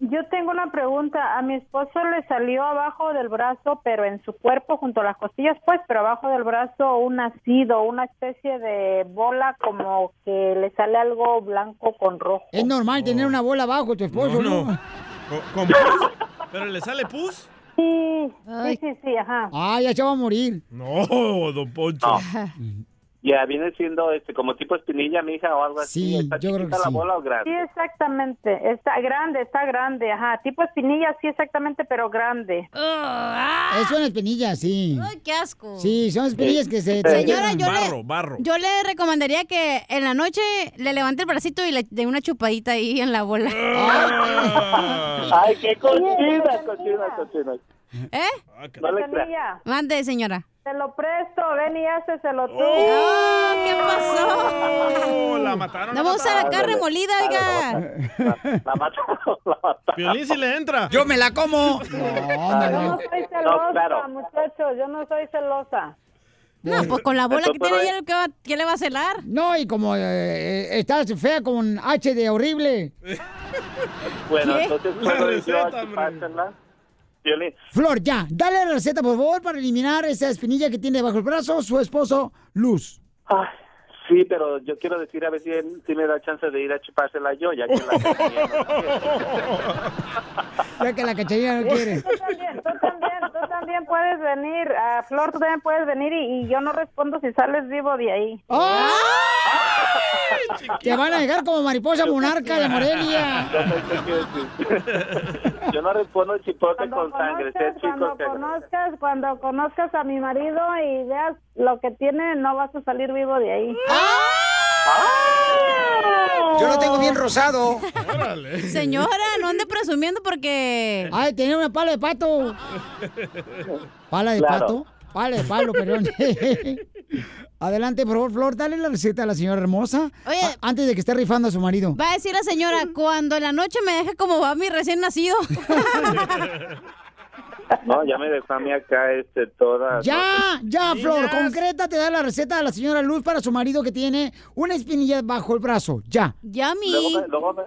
Yo tengo una pregunta. A mi esposo le salió abajo del brazo, pero en su cuerpo, junto a las costillas, pues, pero abajo del brazo un nacido, una especie de bola como que le sale algo blanco con rojo. Es normal tener una bola abajo, tu esposo, ¿no? ¿Con pus? ¿Pero le sale pus? Sí, sí, sí, sí, ajá. Ay, ya se va a morir. No, don Poncho. Ya, viene siendo este como tipo espinilla, mija, o algo así. Sí, yo creo que ¿Está la sí. bola o Oh, grande? Sí, exactamente. Está grande, está grande, ajá. Tipo espinilla, sí, exactamente, pero grande. Es una espinilla, sí. ¡Qué asco! Sí, son espinillas que se... Señora, yo barro, le, barro. yo le recomendaría que en la noche le levante el bracito y le dé una chupadita ahí en la bola. Ah. Ay, qué cochina, cochina, cochina. Ah, ¿Eh? No le creas. Mande, señora. Te lo presto, ven y háceselo Oh, tú. Oh. ¿Qué pasó? Oh, La mataron. Ah, No vamos a usar acá remolida, oiga. Violín si le entra. Yo me la como. Yo no soy celosa, muchachos, yo no soy celosa. No, pues con la bola que tiene ahí, ¿qué, va- qué le va a celar? No, y como eh, estás fea con H de horrible. Bueno, ¿Qué? entonces La puedo ir yo receta, a chupársela. Violín. Flor, ya, dale la receta, por favor, para eliminar esa espinilla que tiene bajo el brazo su esposo, Luz. Sí, pero yo quiero decir a ver si, él- si me da chance de ir a chupársela yo, ya que la Ya que la cacharilla no quiere. Tú también, tú también, tú también puedes venir, ah, Flor, tú también puedes venir y, y yo no respondo si sales vivo de ahí. Te van a dejar como mariposa monarca de Morelia. Yo no sé qué decir. Yo no respondo chipote con sangre, ¿eh, sé chico Cuando conozcas, cuando conozcas a mi marido y veas lo que tiene, no vas a salir vivo de ahí. Oh. Yo lo tengo bien rosado. Señora, no ande presumiendo porque... Ay, tiene una pala de pato. ¿Pala de Claro. pato? Pala de palo, perdón. Adelante, por favor, Flor, dale la receta a la señora hermosa. Oye. a- antes de que esté rifando a su marido. Va a decir la señora, cuando en la noche me deje como va mi recién nacido. No, ya me dejó a mí acá este, toda... Ya, ya, Flor, concreta te da la receta a la señora Luz para su marido que tiene una espinilla bajo el brazo. Ya. Luego me, luego me,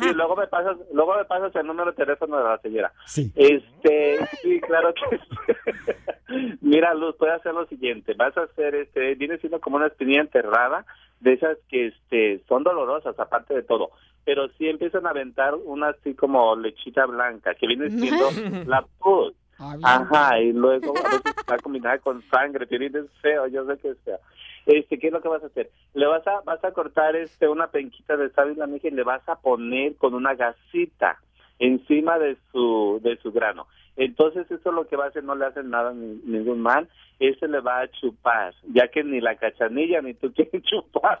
sí, luego me pasas, luego me pasas el número de teléfono de la señora. Sí. Este, sí, claro que sí. Mira, Luz, puedes hacer lo siguiente. Vas a hacer, este, viene siendo como una espinilla enterrada, de esas que, este, son dolorosas, aparte de todo. Pero sí empiezan a aventar una así como lechita blanca, que viene siendo la pus. Ah, Ajá, y luego a veces está combinada con sangre, tiene es feo, yo sé que es feo. Este, ¿qué es lo que vas a hacer? Le vas a, vas a cortar este una penquita de sábila mija y le vas a poner con una gasita encima de su, de su grano. Entonces eso lo que va a hacer, no le hace nada, ni- ningún mal, ese le va a chupar, ya que ni la cachanilla ni tú quieres chupar.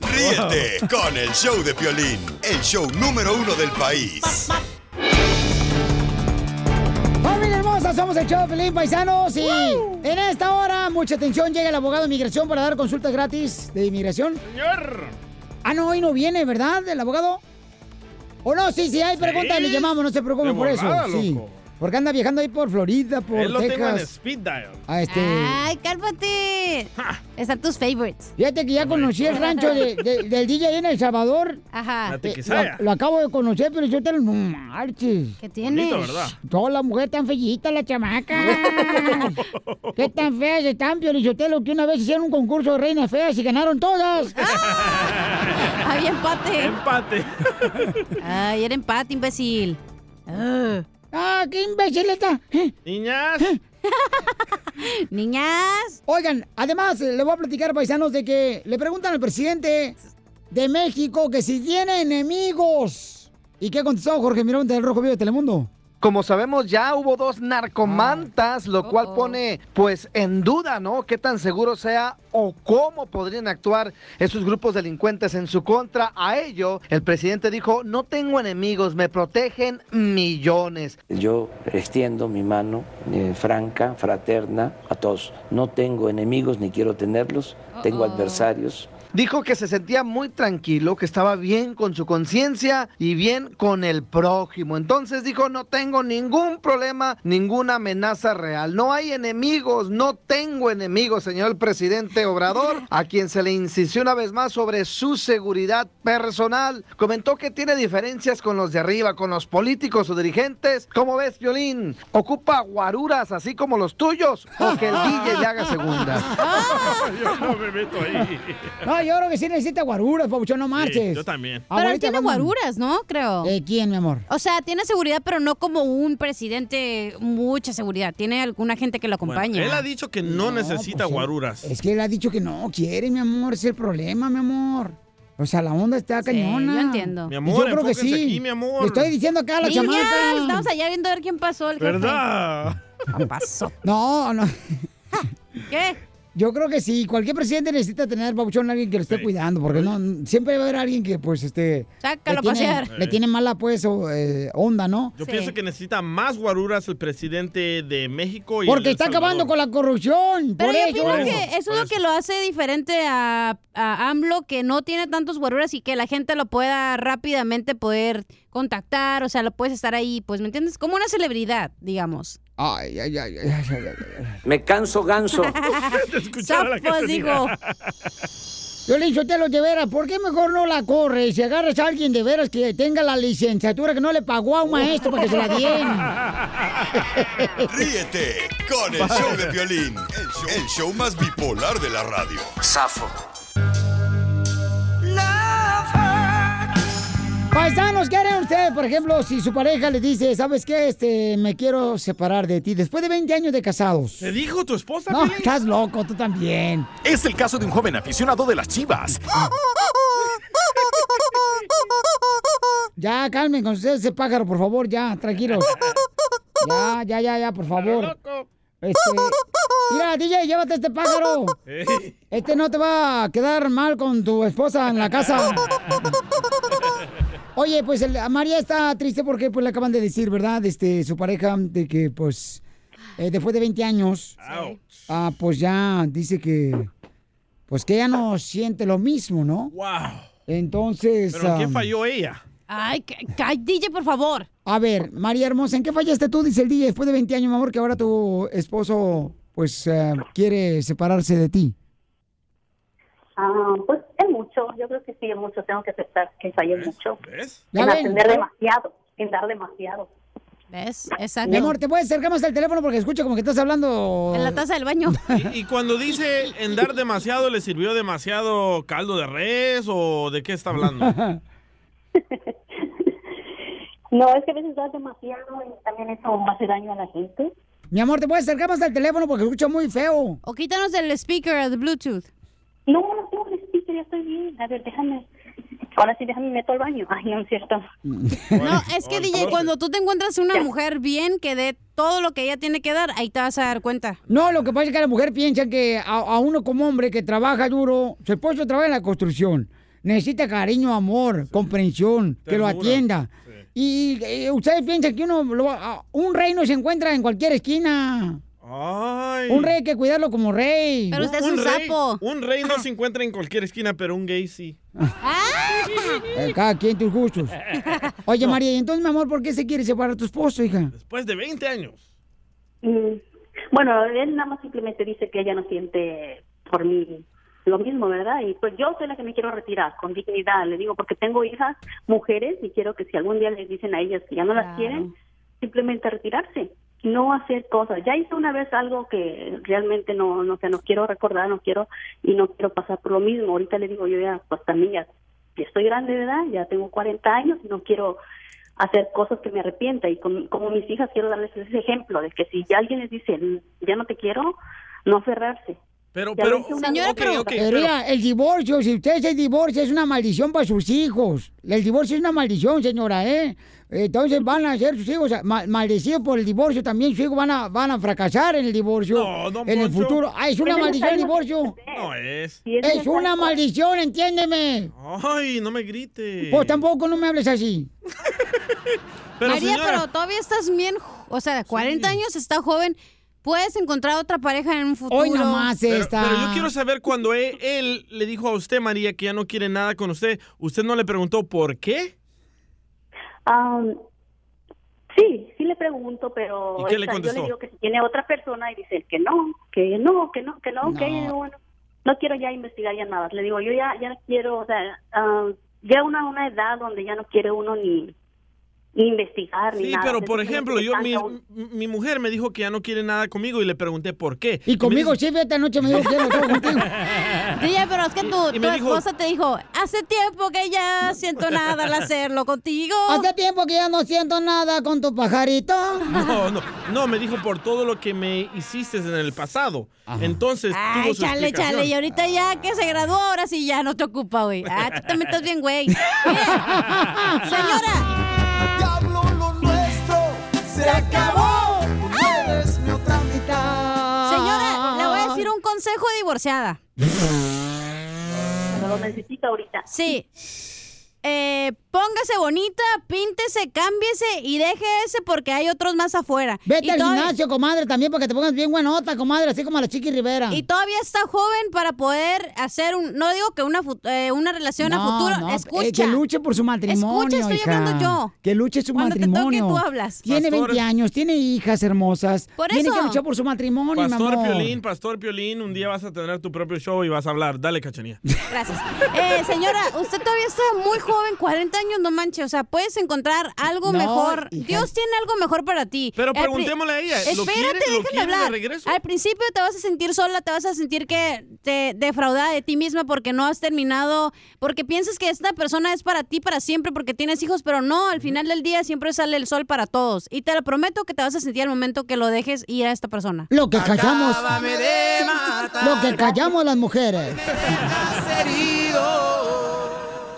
Ríete con el show de Piolín, el show número uno del país. ¡Familia hermosa! Somos el show de Pelín Paisanos y en esta hora, mucha atención, llega el abogado de inmigración para dar consultas gratis de inmigración. Señor. Ah, no, hoy no viene, ¿verdad? El abogado. O no, sí, sí, hay preguntas, Sí. le llamamos, no se preocupen De por eso. volada, sí. loco. Porque anda viajando ahí por Florida, por Él lo tengo en Ah. Texas. speed dial. a este. Ay, cálmate. Están tus favorites. Fíjate que ya conocí el rancho de- de- del DJ ahí en El Salvador. Ajá. Eh, lo, lo acabo de conocer, pero yo te lo no marches. ¿Qué tienes? Bonito, ¿verdad? Toda la mujer tan fellita, la chamaca. Qué tan feas están, Piolichotelo, que una vez hicieron un concurso de reinas feas y ganaron todas. Ah, Había empate. Empate. Ay, era empate, imbécil. Ah. ¡Ah, qué imbécil está! Eh. ¡Niñas! ¡Niñas! Oigan, además, eh, le voy a platicar, paisanos, de que le preguntan al presidente de México que si tiene enemigos. ¿Y qué contestó Jorge Mirón del Rojo Vivo de Telemundo? Como sabemos, ya hubo dos narcomantas, lo cual pone pues en duda, ¿no? Qué tan seguro sea o cómo podrían actuar esos grupos delincuentes en su contra. A ello, el presidente dijo, no tengo enemigos, me protegen millones. Yo extiendo mi mano eh, franca, fraterna a todos. No tengo enemigos ni quiero tenerlos, tengo adversarios. Dijo que se sentía muy tranquilo, que estaba bien con su conciencia y bien con el prójimo. Entonces dijo, no tengo ningún problema, ninguna amenaza real. No hay enemigos, no tengo enemigos, señor presidente Obrador, a quien se le insistió una vez más sobre su seguridad personal. Comentó que tiene diferencias con los de arriba, con los políticos o dirigentes. ¿Cómo ves, Violín? ¿Ocupa guaruras así como los tuyos o que el DJ le haga segunda? Yo no me meto ahí. No, No, yo creo que sí necesita guaruras, Pabuchón, no marches. Ah, yo también. Pero él tiene guaruras, ¿no? Creo. ¿De quién, mi amor? O sea, tiene seguridad, pero no como un presidente, mucha seguridad. Tiene alguna gente que lo Bueno, acompaña. él ha dicho que no, pues necesita guaruras. Es que él ha dicho que no quiere, mi amor, ese es el problema, mi amor. O sea, la onda está cañona. yo entiendo. Mi amor, yo creo que sí. enfóquense aquí, mi amor. Le estoy diciendo acá a la Sí, ya, chamaca. Estamos allá viendo a ver quién pasó. El jefe. ¿Verdad? pasó? No, no. ¿Qué? Yo creo que sí. Cualquier presidente necesita tener, Pabuchón, alguien que lo esté cuidando. Porque no siempre va a haber alguien que, pues, este... Sácalo le a tiene- pasear. Le tiene mala, pues, o, eh, onda, ¿no? Yo pienso que necesita más guaruras el presidente de México. Y el Porque de está Salvador. acabando con la corrupción. Pero por yo ello. pienso que eso es lo que lo hace diferente a, a AMLO, que no tiene tantos guaruras y que la gente lo pueda rápidamente poder contactar, o sea, lo puedes estar ahí, pues, ¿me entiendes? Como una celebridad, digamos. Ay, ay, ay, ay, ay, ay, ay. Me canso ganso. Sapos, digo. Yo le te lo de veras, ¿por qué mejor no la corres? Si agarras a alguien de veras que tenga la licenciatura que no le pagó a un maestro para que se la dieran. Ríete con el show de violín, el show, el show más bipolar de la radio. Safo. Paisanos, ¿qué harían ustedes, por ejemplo, si su pareja les dice, ¿sabes qué? Este, me quiero separar de ti después de 20 años de casados? ¿Te dijo tu esposa? No, estás loco, tú también. Es el caso de un joven aficionado de las chivas. Ya, calmen con ustedes ese pájaro, por favor, ya, tranquilos. Ya, ya, ya, ya, por favor. Este, mira, DJ, llévate este pájaro. Este no te va a quedar mal con tu esposa en la casa. Oye, pues el- a María está triste porque pues le acaban de decir, ¿verdad? Este, su pareja, de que pues eh, después de 20 años, ah, pues ya dice que pues que ella no siente lo mismo, ¿no? Wow. Entonces. ¿Pero en qué ah, falló ¿eh? ella? Ay, ca- ca- DJ, por favor. A ver, María Hermosa, ¿en qué fallaste tú? Dice el DJ, después de 20 años, mi amor, que ahora tu esposo pues eh, quiere separarse de ti. Ah, pues es mucho, yo creo que sí es mucho, tengo que aceptar que fallé mucho. Ya En ven. atender demasiado, en dar demasiado. ¿Ves? Exacto. Mi amor, ¿te puedes acercar más al teléfono porque escucho como que estás hablando... En la taza del baño. Y, y cuando dice en dar demasiado, ¿le sirvió demasiado caldo de res o de qué está hablando? No, es que a veces das demasiado y también eso hace daño a la gente. Mi amor, ¿te puedes acercar más al teléfono porque escucho muy feo? O quítanos del speaker, del Bluetooth. No, no tengo el speaker, ya estoy bien. A ver, déjame. Ahora sí, déjame, meto al baño. Ay, no es cierto. No, es que DJ, cuando tú te encuentras una mujer bien que dé todo lo que ella tiene que dar, ahí te vas a dar cuenta. No, lo que pasa es que la mujer piensa que a, a uno como hombre que trabaja duro, su esposo trabaja en la construcción, necesita cariño, amor, comprensión, que lo Ternura. atienda. Y, eh, ustedes piensan que uno lo va- a- un rey no se encuentra en cualquier esquina. Un rey hay que cuidarlo como rey. rey, Un rey no se encuentra en cualquier esquina, pero un gay sí. Eh, Cada quien tus gustos. Oye, María, ¿y entonces, mi amor, por qué se quiere separar tu esposo, hija? Después de 20 años. Mm, Bueno, él nada más simplemente dice que ella no siente por mí lo mismo, ¿verdad? Y pues yo soy la que me quiero retirar con dignidad, le digo, porque tengo hijas mujeres y quiero que si algún día les dicen a ellas que ya no las quieren, simplemente retirarse, no hacer cosas. Ya hice una vez algo que realmente no, no sé, no quiero recordar, no quiero y no quiero pasar por lo mismo. Ahorita le digo yo ya, pues también ya ya estoy grande de edad, ya tengo 40 años y no quiero hacer cosas que me arrepienta y con- como mis hijas quiero darles ese ejemplo de que si ya alguien les dice ya no te quiero, no aferrarse. Pero, Ya lo hice una vez. Señora, pero- ok, Pero mira, el divorcio, si usted se divorcia, es una maldición para sus hijos. El divorcio es una maldición, señora, ¿eh? Entonces van a ser sus hijos ma- maldecidos por el divorcio también. Sus hijos van a, van a fracasar en el divorcio don en el Poncho. futuro. Ah, es una Es maldición el necesario divorcio. No es. Es una maldición, entiéndeme. Ay, no me grite. Pues tampoco no me hables así. Pero, María, señora- pero todavía estás bien, jo- o sea, 40 años, está joven. Puedes encontrar otra pareja en un futuro. Pero- Pero yo quiero saber cuando e- él, le dijo a usted, María, que ya no quiere nada con usted, ¿usted no le preguntó por qué? Am, sí, sí le pregunto, pero ¿Y qué le esta- yo contestó? le digo que si tiene otra persona y dice que no, que no, que no, que no, que No. bueno, no quiero ya investigar ya nada. Le digo, yo ya ya no quiero, o sea, am, ya una una edad donde ya no quiere uno ni investigar ni Sí, nada. Se pero por supone que ejemplo, le yo mi, encanta un- mi- mi mujer me dijo que ya no quiere nada conmigo y le pregunté por qué. Y conmigo me sí, esta noche me dio quiero todo contigo. DJ, pero es que tu, y tu me dijo- esposa te dijo, hace tiempo que ya siento nada al hacerlo contigo. Hace tiempo que ya no siento nada con tu pajarito. No, no, no, me dijo por todo lo que me hiciste en el pasado. Entonces, Ay, tuvo su chale, explicación. chale, y ahorita ya que se graduó, ahora sí ya no te ocupa, güey. Ah, tú también estás bien, güey. Bien. Señora. Diablo, lo nuestro se acabó. Tú eres mi otra mitad. Ah. Señora, le voy a decir un consejo de divorciada. Lo necesita ahorita. Sí. Eh, póngase bonita, píntese, cámbiese y deje ese porque hay otros más afuera. Vete Y al todavía- gimnasio, comadre, también para que te pongas bien buenota, comadre, así como la Chiqui Rivera. Y todavía está joven para poder hacer un, no digo que una, fut- eh, una relación a No, futuro, no, eh, escucha. que luche por su matrimonio. Escucha, estoy hija. hablando yo. Que luche su Cuando te toque, matrimonio. tú hablas. Tiene Pastor. 20 años, tiene hijas hermosas. Por tiene eso. que luchar por su matrimonio, mi Pastor amor. Piolín, Pastor Piolín, un día vas a tener tu propio show y vas a hablar. Dale, cachanía. Gracias. Eh, señora, usted todavía está muy joven, 40 años, no manche. O sea, puedes encontrar algo No, mejor. hija. Dios tiene algo mejor para ti. Pero Al pri- preguntémosle a ella, ¿lo Espérate, quiere- lo déjame quiere de hablar. regreso? Al principio te vas a sentir sola, te vas a sentir que te defraudada de ti misma porque no has terminado, porque piensas que esta persona es para ti para siempre porque tienes hijos, pero no, al final del día siempre sale el sol para todos. Y te lo prometo que te vas a sentir al momento que lo dejes ir a esta persona. Lo que callamos. Lo que callamos las mujeres.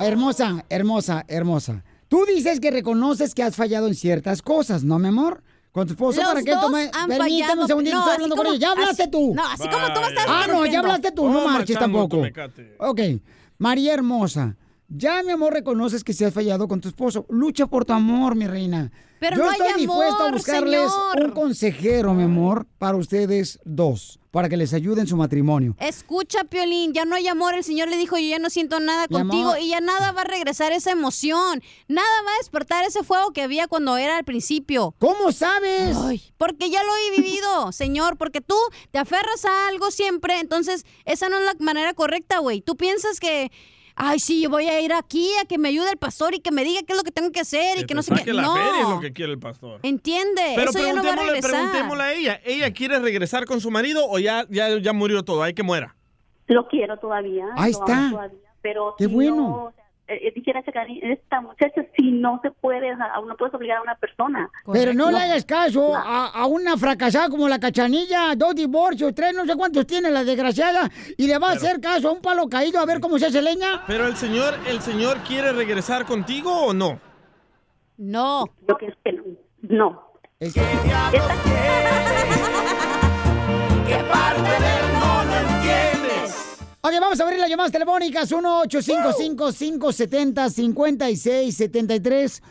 Hermosa, hermosa, hermosa. Tú dices que reconoces que has fallado en ciertas cosas, ¿no, mi amor? Con tu esposo, Los ¿para qué dos tome- han Permítame un fallado, segundito, no, estoy así hablando con como- ella. Ya hablaste así- tú. no, así como tú me estás Ah, no, ya interrumpiendo. hablaste tú, no Oh, marches marchando, tampoco. Tomecate. Ok, María hermosa. Ya, mi amor, reconoces que se has fallado con tu esposo. Lucha por tu amor, mi reina. Pero Yo no hay estoy dispuesto a amor, buscarles señor. un consejero, mi amor, para ustedes dos, para que les ayude en su matrimonio. Escucha, Piolín, ya no hay amor. El Señor le dijo, yo ya no siento nada Mi contigo amor. y ya nada va a regresar esa emoción. Nada va a despertar ese fuego que había cuando era al principio. ¿Cómo sabes? porque ya lo he vivido, Señor, porque tú te aferras a algo siempre, entonces esa no es la manera correcta, güey. Tú piensas que... Ay, sí, yo voy a ir aquí a que me ayude el pastor y que me diga qué es lo que tengo que hacer y que no sé Saque qué. la No, feria es lo pues Ah, que quiere el pastor. entiende, Pero eso ya no va a preguntémosle, regresar. preguntémosle a ella. ¿Ella quiere regresar con su marido o ya, ya, ya murió todo? Hay que muera. Lo quiero todavía. Ahí lo está. amo todavía, pero Qué si bueno. no, o sea, eh, eh, dijera ese cari- esta muchacha, si no se puede, o sea, no puedes obligar a una persona. Pero no le hagas caso a, a una fracasada como la cachanilla, dos divorcios, tres, no sé cuántos tiene la desgraciada, y le va a hacer caso a un palo caído a ver cómo se hace leña. Pero el señor, el señor quiere regresar contigo o no? No. Lo que es que no. ¿Qué parte del no lo entiendes? Ok, vamos a abrir las llamadas telefónicas 1-855-570-5673.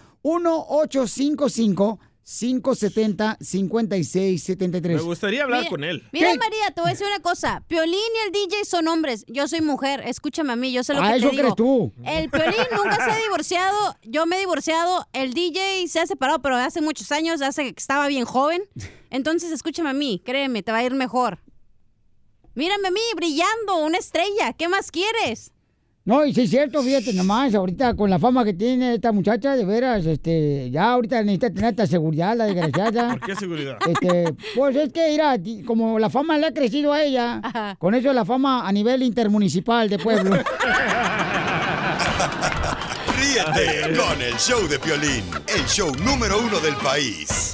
1-855-570-5673. Me gustaría hablar con él. Mira, María, te voy a decir una cosa. Piolín y el DJ son hombres. Yo soy mujer. Escúchame a mí, yo sé lo Ah, que eso te digo. crees tú. El Piolín nunca se ha divorciado. Yo me he divorciado. El DJ se ha separado, pero hace muchos años, hace que estaba bien joven. Entonces, escúchame a mí. Créeme, te va a ir mejor. Mírame a mí, brillando, una estrella. ¿Qué más quieres? No, y sí es cierto, fíjate nomás, ahorita con la fama que tiene esta muchacha, de veras, este, ya ahorita necesita tener esta seguridad, la desgraciada. ¿Por qué seguridad? Este, pues es que, mira, ti- como la fama le ha crecido a ella, con eso la fama a nivel intermunicipal de pueblo. Ríete con el show de Piolín, el show número uno del país.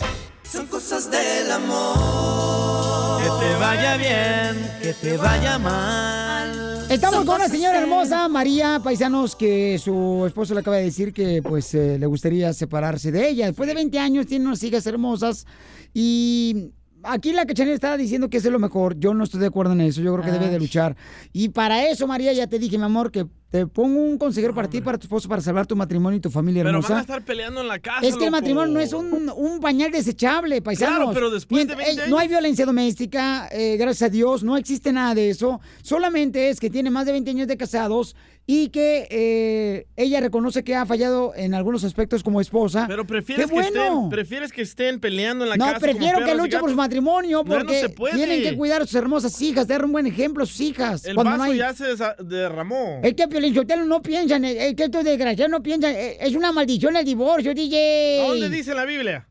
Son cosas del amor. Que te vaya bien, que te vaya mal. Estamos Son con una cosas señora del- hermosa, María Paisanos, que su esposo le acaba de decir que pues eh, le gustaría separarse de ella. Después de 20 años tiene unas hijas hermosas y aquí la cachanera está diciendo que eso es lo mejor. Yo no estoy de acuerdo en eso, yo creo que debe de Ay. luchar. Y para eso, María, ya te dije, mi amor, que te pongo un consejero para ti, para tu esposo, para salvar tu matrimonio y tu familia Pero van a hermosa. estar peleando en la casa. Es que el loco. matrimonio no es un, un pañal desechable, paisanos. Claro, pero después de Mient- 20 eh, No hay violencia doméstica, eh, gracias a Dios, no existe nada de eso. Solamente es que tiene más de 20 años de casados y que eh, ella reconoce que ha fallado en algunos aspectos como esposa. Pero prefieres, ¡Qué bueno! que estén, prefieres que estén peleando en la no, casa. como prefiero que perros y luche por su gatos? matrimonio No, no porque se puede. tienen que cuidar a sus hermosas hijas, dar un buen ejemplo a sus hijas. El cuando no vaso hay- ya se desa- derramó. Es que Piolín Sotelo no piensan, es es que estos desgraciados no piensan, eh, es una maldición el divorcio, DJ. ¿A dónde dice la Biblia?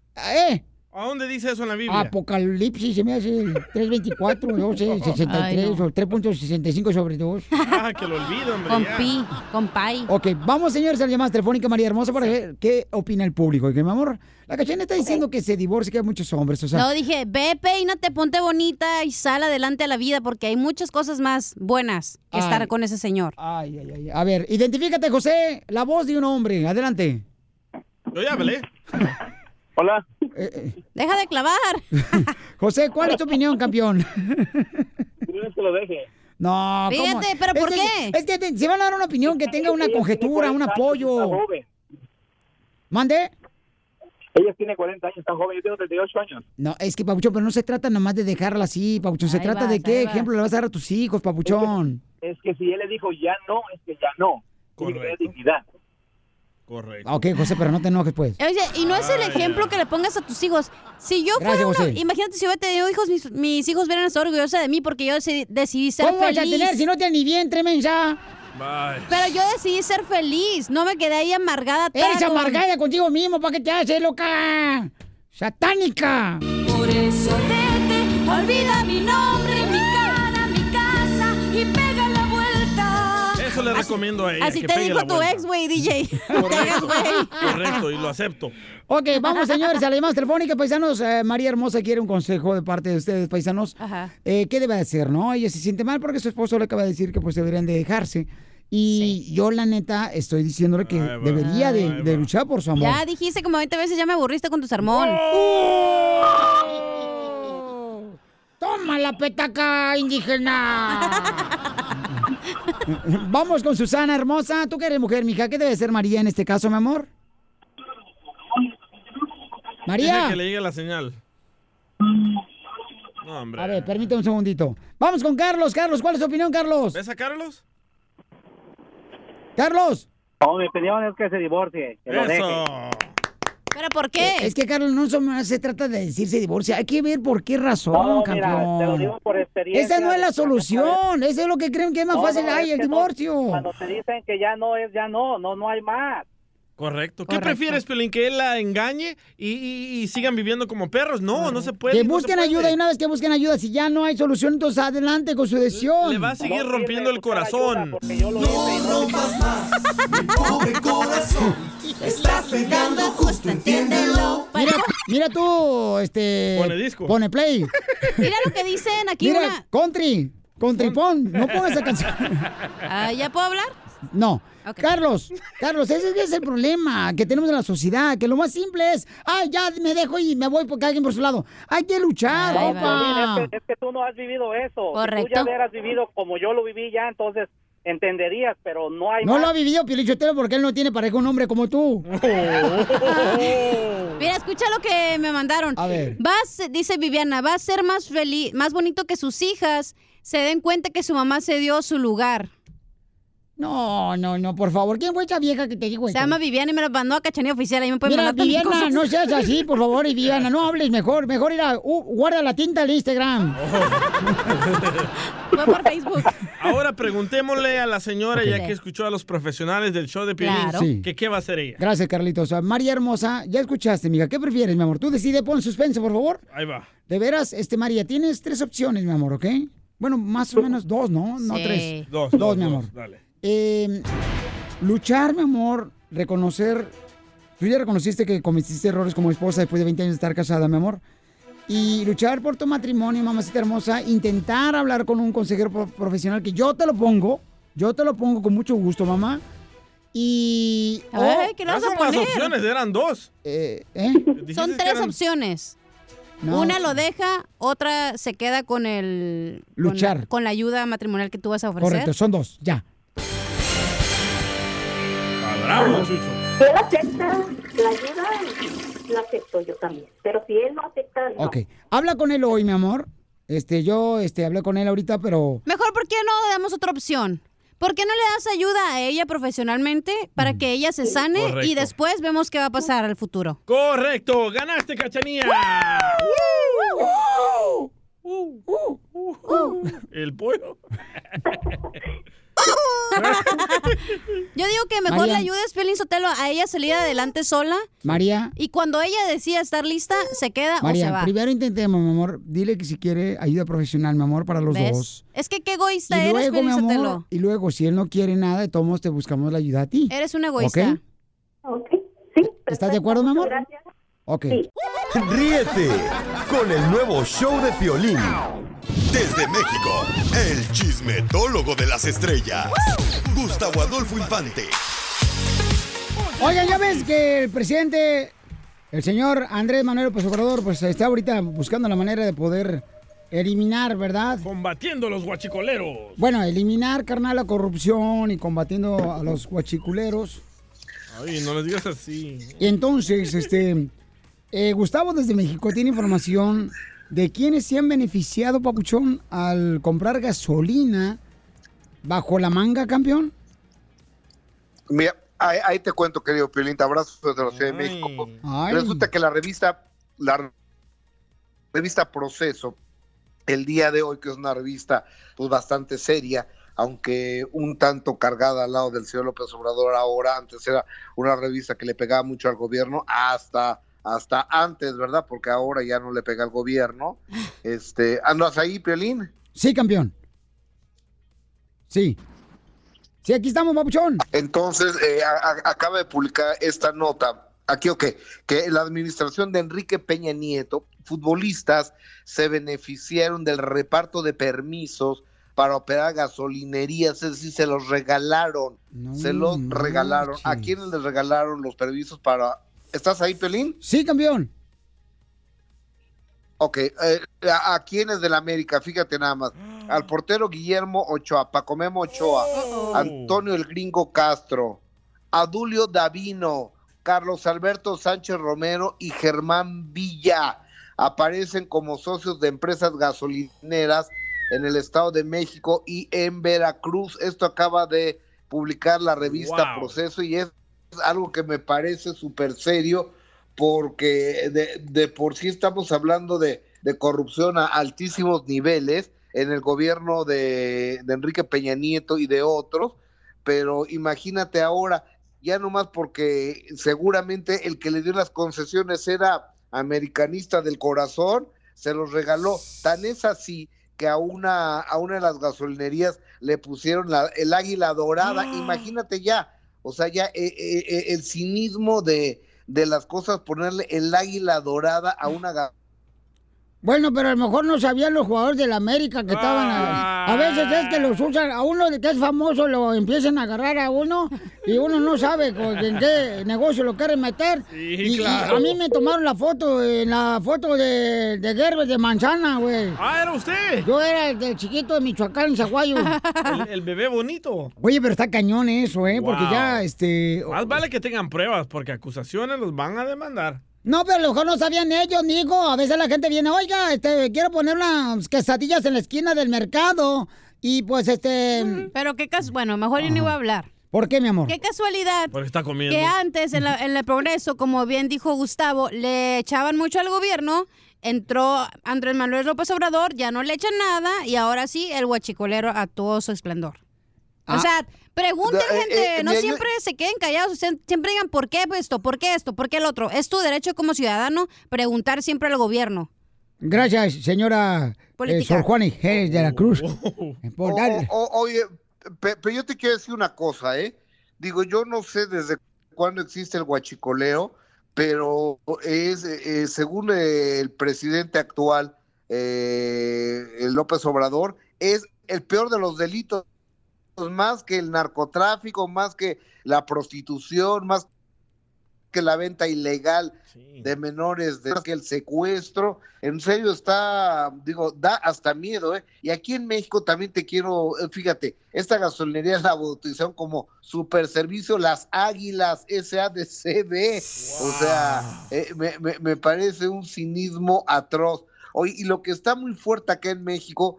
¿Eh? ¿A dónde dice eso en la Biblia? Ah, Apocalipsis se me hace 324, 12, 63 Ay, no. o 3.65 sobre 2. Ah, que lo olvido, hombre. ya. compay. Ok, vamos señores a las llamadas telefónicas, María Hermosa, para ver qué opina el público. Y que mi amor, la cachena está diciendo que se divorcia, que hay muchos hombres, o sea. No, dije, ve, peínate, ponte bonita y sal adelante a la vida porque hay muchas cosas más buenas que Ay. estar con ese señor. Ay, ay, ay. A ver, identifícate, José, la voz de un hombre. Adelante. Yo ya hablé. Hola. Eh, Deja de clavar. José, ¿cuál es tu opinión, campeón? Primero que lo deje. No, ¿cómo? Fíjate, ¿pero Es por que- qué? Es que te- se van a dar una opinión que tenga una Ella tiene conjetura, un 40 años, apoyo. está joven. ¿Mande? Ella tiene 40 años, está joven, yo tengo 38 años. No, es que, Papuchón, pero no se trata nomás de dejarla así, Papuchón. Se Ahí trata vas, de qué ahí vas. ejemplo le vas a dar a tus hijos, Papuchón. Es que si él le dijo ya no, es que ya no. Tiene que tener dignidad. Ah, Ok, José, pero no te enojes, pues. Eh. Oye, y no es el Ay. ejemplo que le pongas a tus hijos. Si yo fuera Gracias, una- José. imagínate si hubiera tenido hijos, mis, mis hijos hubieran estado orgullosos de mí porque yo deci- decidí ser ¿Cómo vas feliz. a tener si no tienes ni vientre, mensa? Pero yo decidí ser feliz, no me quedé ahí amargada. Eres toda con- amargada contigo mismo, ¿para qué te haces, loca? ¡Satánica! Por eso vete, olvida mi nombre, mi cara, mi casa y pega la vuelta. Eso le recomiendo a ella. Así que te pegue dijo la tu vuelta. ex, güey, DJ. No te hagas, güey. Correcto, y lo acepto. Ok, vamos, señores, a la llamada telefónica, paisanos. Eh, María Hermosa quiere un consejo de parte de ustedes, paisanos. Ajá. Eh, ¿Qué debe hacer, no? Ella se siente mal porque su esposo le acaba de decir que pues deberían de dejarse. Y yo, la neta, estoy diciéndole que debería de, de luchar por su amor. Ya dijiste como 20 veces, ya me aburriste con tu sermón. ¡Toma la petaca indígena! Vamos con Susana hermosa. Tú que eres mujer, mija, ¿qué debe ser María en este caso, mi amor? Deja María. que le llegue la señal. No, hombre. A ver, permíteme un segundito. Vamos con Carlos. Carlos, ¿cuál es tu opinión, Carlos? ¿Ves a Carlos? Carlos. mi opinión es que se divorcie. Que lo deje. ¿Pero por qué? Eh, Es que, Carlos, no solo se trata de decirse divorcio. Hay que ver por qué razón, No, mira, campeón. te lo digo por experiencia. Esa no es la solución. Eso es lo que creen que es más No, fácil. no, ¡Ay, es el que no. divorcio! Cuando te dicen que ya no es, ya no, no, no hay más. Correcto. ¿Qué prefieres, Pelín? ¿Que él la engañe y, y- y sigan viviendo como perros? No, no se puede. que no se busquen puede. ayuda y una vez que busquen ayuda, si ya no hay solución, entonces adelante con su decisión. Le va a seguir rompiendo el corazón. No rompas más, mi pobre corazón. Estás pegando justo, entiéndelo. Mira, mira tú, este. Pone disco. Pone play. Mira lo que dicen aquí mira, una- country. Country pon. No pongas esa canción. Ah, ¿Ya puedo hablar? No. Ok. Carlos, Carlos, ese es el problema que tenemos en la sociedad, que lo más simple es, ay, ya me dejo y me voy porque alguien por su lado. Hay que luchar, No, compa. Piolín, este, es, que, es que tú no has vivido eso. Si tú Correcto. ya hubieras vivido como yo lo viví ya, entonces entenderías, pero no hay No más. lo ha vivido Pilichotero porque él no tiene pareja un hombre como tú. Pues, Mira, escucha lo que me mandaron. Oh. A ver. Vas, dice Viviana, va a ser más feliz, más bonito que sus hijas se den cuenta que su mamá se dio su lugar. No, no, no, por favor. ¿Quién fue esa vieja que te dijo Se eso? llama Viviana y me la mandó a Cachanía Oficial. Ahí me pueden Mira, mandar tantas Viviana, cosas. no seas así, por favor, y Viviana, no hables mejor, mejor ir a, uh, guarda la tinta del Instagram. Fue por Facebook. Ahora preguntémosle a la señora, Ok. ya que escuchó a los profesionales del show de Pelín, Claro. Sí. que qué va a hacer ella. Gracias, Carlitos. Ah, María Hermosa, ya escuchaste, amiga. ¿Qué prefieres, mi amor? Tú decide, pon suspenso, por favor. Ahí va. De veras, este, María, tienes tres opciones, mi amor, ¿ok? Bueno, más o menos dos, ¿no? No Sí. tres. Dos, Dos, dos, mi dos, amor. dale. Eh, luchar, mi amor, reconocer. Tú ya reconociste que cometiste errores como esposa después de 20 años de estar casada, mi amor. Y luchar por tu matrimonio, mamacita hermosa. Intentar hablar con un consejero pro- profesional que yo te lo pongo. Yo te lo pongo con mucho gusto, mamá. Y. Ay, o- ¿qué le vas a Oh, Son más poner? Eh, opciones, eran dos. Son Dijiste que tres eran- opciones. No. Una lo deja, otra se queda con el... con- Luchar. Con, la ayuda matrimonial que tú vas a ofrecer. Correcto, son dos, ya. Bravo, Chucho. Si él acepta la ayuda, la acepto yo también. Pero si él no acepta, no. Ok. Habla con él hoy, mi amor. Este, yo este, hablé con él ahorita, pero. Mejor, ¿por qué no damos otra opción? ¿Por qué no le das ayuda a ella profesionalmente para Mm. que ella se sane y Correcto. después vemos qué va a pasar al futuro? Correcto, ganaste, Cachanía. Uh, Uh. El pollo. Yo digo que mejor María. le ayudes, Piolín Sotelo, a ella salir adelante sola. María. Y cuando ella decida estar lista, se queda Ah, o se María, va. primero intentemos, mi amor. Dile que si quiere ayuda profesional, mi amor, para los ¿Ves? dos. Es que qué egoísta y eres, luego, mi Piolín amor, Sotelo. y luego, si él no quiere nada, de todos modos te buscamos la ayuda a ti. Eres un egoísta. ¿Ok? ¿Estás de acuerdo, mi amor? Ok. Ríete con el nuevo show de Piolín. Desde México, el chismetólogo de las estrellas, Gustavo Adolfo Infante. Oigan, ya ves que el presidente, el señor Andrés Manuel López Obrador, pues está ahorita buscando la manera de poder eliminar, ¿verdad? Combatiendo los guachicoleros. Bueno, eliminar, carnal, la corrupción y combatiendo a los guachiculeros. Ay, no les digas así. Y entonces, este, eh, Gustavo desde México tiene información de quienes se han beneficiado, Papuchón, al comprar gasolina bajo la manga, campeón. Mira, ahí, ahí te cuento, querido Piolín, te abrazo desde la Ciudad de México. Ay. Resulta que la revista, la revista Proceso, el día de hoy, que es una revista pues bastante seria, aunque un tanto cargada al lado del señor López Obrador ahora, antes era una revista que le pegaba mucho al gobierno, hasta, hasta antes, ¿verdad? Porque ahora ya no le pega al gobierno. Este, ¿andas ahí, Piolín? Sí, campeón. Sí. Sí, aquí estamos, Papuchón. Entonces, eh, a- a- acaba de publicar esta nota. Aquí, ok, que la administración de Enrique Peña Nieto, futbolistas se beneficiaron del reparto de permisos para operar gasolinerías, es decir, se los regalaron, se los regalaron. ¿A quiénes les regalaron los permisos para... ¿Estás ahí, Pelín? Sí, campeón. Ok, eh, ¿a, a quiénes del América? Fíjate nada más. Al portero Guillermo Ochoa, Pacomemo Ochoa, Antonio el Gringo Castro, Adulio Davino, Carlos Alberto Sánchez Romero y Germán Villa aparecen como socios de empresas gasolineras en el Estado de México y en Veracruz. Esto acaba de publicar la revista Wow. Proceso y es algo que me parece súper serio porque de, de por sí estamos hablando de, de corrupción a altísimos niveles en el gobierno de, de Enrique Peña Nieto y de otros, pero imagínate ahora, ya nomás porque seguramente el que le dio las concesiones era americanista del corazón, se los regaló. Tan es así que a una, a una de las gasolinerías le pusieron la- el águila dorada, imagínate ya, o sea, ya eh, eh, eh, el cinismo de, de las cosas, ponerle el águila dorada a una ga- Bueno, pero a lo mejor no sabían los jugadores del América que estaban. A, a veces es que los usan, a uno de que es famoso lo empiezan a agarrar a uno y uno no sabe co- en qué negocio lo quieren meter. Sí, y, y claro. a mí me tomaron la foto, eh, la foto de, de Gerber de Manzana, güey. Ah, ¿era usted? Yo era el del chiquito de Michoacán, Zaguayo. El, el bebé bonito. Oye, pero está cañón eso, ¿eh? Porque Wow. ya, este... Más vale que tengan pruebas, porque acusaciones los van a demandar. No, pero a lo mejor no sabían ellos, Nico. A veces la gente viene, oiga, este, quiero poner unas quesadillas en la esquina del mercado. Y pues, este... Pero qué caso... Bueno, mejor yo ni voy a hablar. ¿Por qué, mi amor? Qué casualidad Porque está comiendo. que antes en, la- en el progreso, como bien dijo Gustavo, le echaban mucho al gobierno, entró Andrés Manuel López Obrador, ya no le echan nada y ahora sí el huachicolero a todo su esplendor. O Ah. sea, pregunten Da- eh, gente, eh, no mira, yo- siempre se queden callados, ustedes siempre digan por qué esto, por qué esto, por qué el otro. Es tu derecho como ciudadano preguntar siempre al gobierno. Gracias, señora eh, Política. Sor Juana Jerez Oh, de la Cruz. Por O- darle- o- o- oye, pe- pero yo te quiero decir una cosa, ¿eh? Digo, yo no sé desde cuándo existe el guachicoleo, pero es, eh, según eh, el presidente actual, eh, el López Obrador, es el peor de los delitos, más que el narcotráfico, más que la prostitución, más que la venta ilegal de menores, de, que el secuestro, en serio está, digo, da hasta miedo, ¿eh? Y aquí en México también te quiero, eh, fíjate, esta gasolinería la bautizaron como Super Servicio Las Águilas SADCB, o sea, eh, me, me- me parece un cinismo atroz. Oye, y lo que está muy fuerte acá en México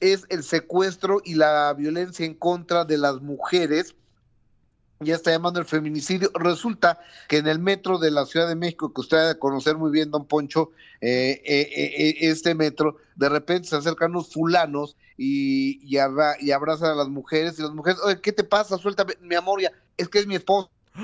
es el secuestro y la violencia en contra de las mujeres. Ya está llamando el feminicidio. Resulta que en el metro de la Ciudad de México, que usted ha de conocer muy bien, don Poncho, eh, eh, eh, este metro, de repente se acercan unos fulanos y, y, arra- y abrazan a las mujeres. Y las mujeres, oye, ¿qué te pasa? Suéltame, mi amor, ya. Es que es mi esposo.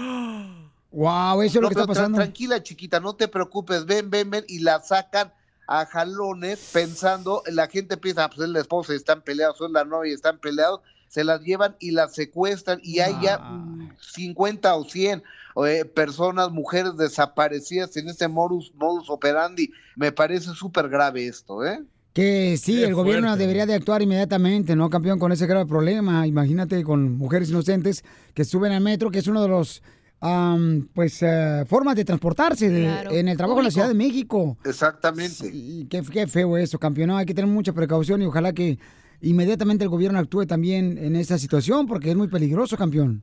Wow, eso es lo No, que está pero tra- pasando. tranquila, chiquita, no te preocupes, ven, ven, ven, y la sacan a jalones pensando, la gente piensa, "Ah, pues es la esposa, y están peleados, es la novia, y están peleados, se las llevan y las secuestran, y hay ya Ah. mm, 50 o 100 eh, personas, mujeres desaparecidas en este modus, modus operandi. Me parece súper grave esto, ¿eh? Que sí, Qué el gobierno fuerte. debería de actuar inmediatamente, ¿no, campeón? Con ese grave problema. Imagínate con mujeres inocentes que suben al metro, que es uno de los, am, pues, eh, formas de transportarse de- Claro, Eh, en el trabajo en la público. Ciudad de México. Exactamente. Y qué, qué feo eso, campeón. No, hay que tener mucha precaución y ojalá que inmediatamente el gobierno actúe también en esa situación porque es muy peligroso, campeón.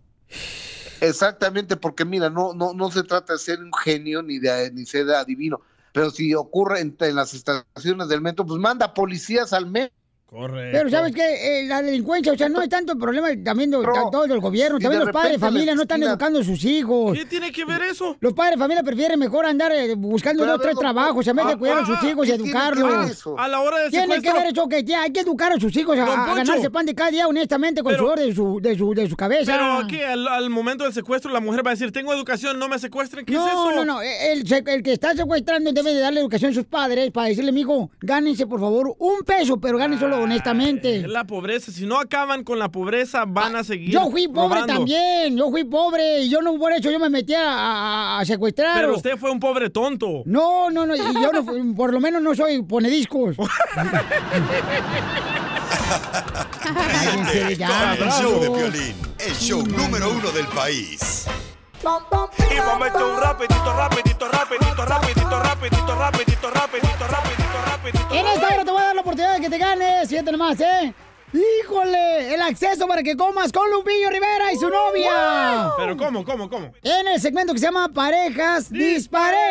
Exactamente, porque mira, no, no, no se trata de ser un genio ni de ni ser adivino, pero si ocurre en, en las estaciones del metro, pues manda policías al metro. Corre. Pero sabes que la delincuencia, o sea, no es tanto el problema también de, Pero, todo del gobierno, si también de los padres de repente familia la no están esquina- educando a sus hijos. ¿Qué tiene que ver eso? Los padres de familia prefieren mejor andar eh, buscando Pero a dos, ver, tres doctor, trabajos en vez de ah, cuidar a ah, sus hijos y ¿qué tiene que ver educarlos. eso? A la hora del Tiene que secuestro. ver eso que ya hay que educar a sus hijos a, Don a Poncho. ganarse el pan de cada día honestamente con el Pero- sudor de su, de su, de su cabeza. Pero que al, al momento del secuestro la mujer va a decir, tengo educación, no me secuestren, ¿qué no, es eso? no, eh, no, el, se- el que está secuestrando debe de darle educación a sus padres para decirle, mijo, gánense por favor un peso, pero Ah, gánenselo honestamente. Es la pobreza, si no acaban con la pobreza van a seguir Ah, Yo fui pobre robando. también, yo fui pobre y yo no por eso yo me metí a, a- a secuestrar. Pero o- usted fue un pobre tonto. No, no, no, y yo no, fui- por lo menos no soy ponediscos. Ríete ya, con el bravo. show de violín, el show número uno del país. Y vamos a meter un rapidito, rapidito, rapidito, rapidito, rapidito, rapidito, rapidito, rapidito, rapidito. En esta hora te voy a dar la oportunidad de que te ganes, siete nomás, ¿eh? ¡Híjole! El acceso para que comas con Lupillo Rivera y su novia. Pero ¿cómo, cómo, cómo? En el segmento que se llama Parejas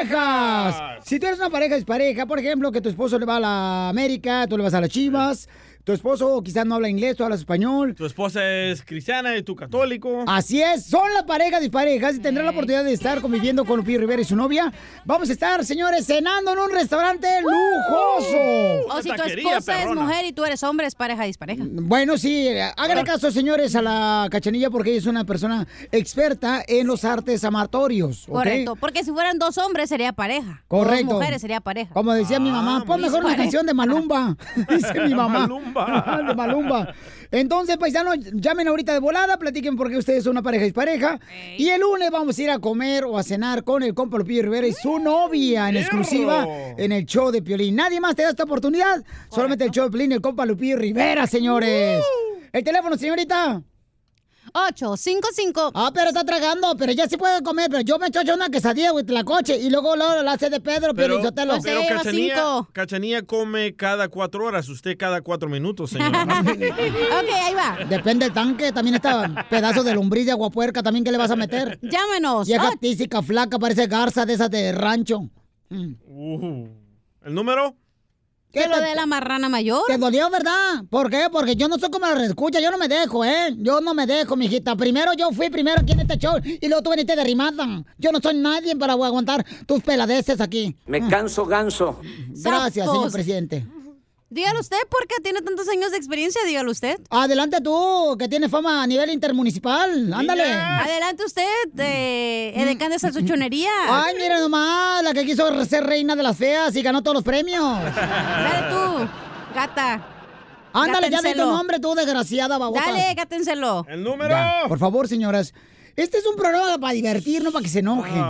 Disparejas. Si tú eres una pareja dispareja, por ejemplo, que tu esposo le va a la América, tú le vas a las Chivas, tu esposo quizás no habla inglés, tú hablas español. Tu esposa es cristiana y tú católico. Así es, son las parejas disparejas y tendrás la oportunidad de estar conviviendo con Lupillo Rivera y su novia. Vamos a estar, señores, cenando en un restaurante lujoso. Uh, O si tu esposa es mujer y tú eres hombre, es pareja dispareja. Bueno, sí, eh, háganle caso, señores, a la cachanilla porque ella es una persona experta en los artes amatorios. ¿ok? Correcto. Porque si fueran dos hombres sería pareja. Correcto. Dos mujeres sería pareja. Como decía mi Ah, mamá, pon muy mejor una pare- canción de Malumba. Dice mi mamá. Ah, Malumba. de Malumba. Entonces, paisanos, llamen ahorita de volada, platiquen por qué ustedes son una pareja dispareja. Y el lunes vamos a ir a comer o a cenar con el compa Lupillo Rivera y su novia Mm, en exclusiva en el show de Piolín. Nadie más te da esta oportunidad. Solamente el show de Piolín y el compa Lupillo Rivera, señores. Uh. El teléfono, señorita. 855. Ah, pero está tragando, pero ya sí puede comer, pero yo me echo una quesadilla, güey, la coche, y luego, luego la hace de Pedro, Pero, Piolín Sotelo. pero Cachanía, Cachanía come cada cuatro horas, usted cada cuatro minutos, señor. ok, ahí va. Depende del tanque, también está pedazo de lombriz de aguapuerca, también que le vas a meter. Llámenos. Ah. Llega tísica, flaca, parece garza de esas de rancho. Uh, ¿El número? ¿Qué lo de la marrana mayor? Te dolió, ¿verdad? ¿Por qué? Porque yo no soy como la redescucha, yo no me dejo, ¿eh? Yo no me dejo, mijita. Primero yo fui primero aquí en este show y luego tú veniste derrimada. Yo no soy nadie para aguantar tus peladeces aquí. Me canso ganso. Gracias, señor Sapos. presidente. Dígalo usted, ¿por qué tiene tantos años de experiencia? Dígalo usted. Adelante tú, que tienes fama a nivel intermunicipal. Ándale. Mm. Adelante usted, eh, edecán de salsuchonería. Ay, mira nomás, la que quiso ser reina de las feas y ganó todos los premios. Dale tú, gata. Ándale, ya di Gátenselo. tu nombre, tú, desgraciada babota. Dale, gátenselo. El Ya, por favor, señoras. Este es un programa para divertir, no para que se enojen.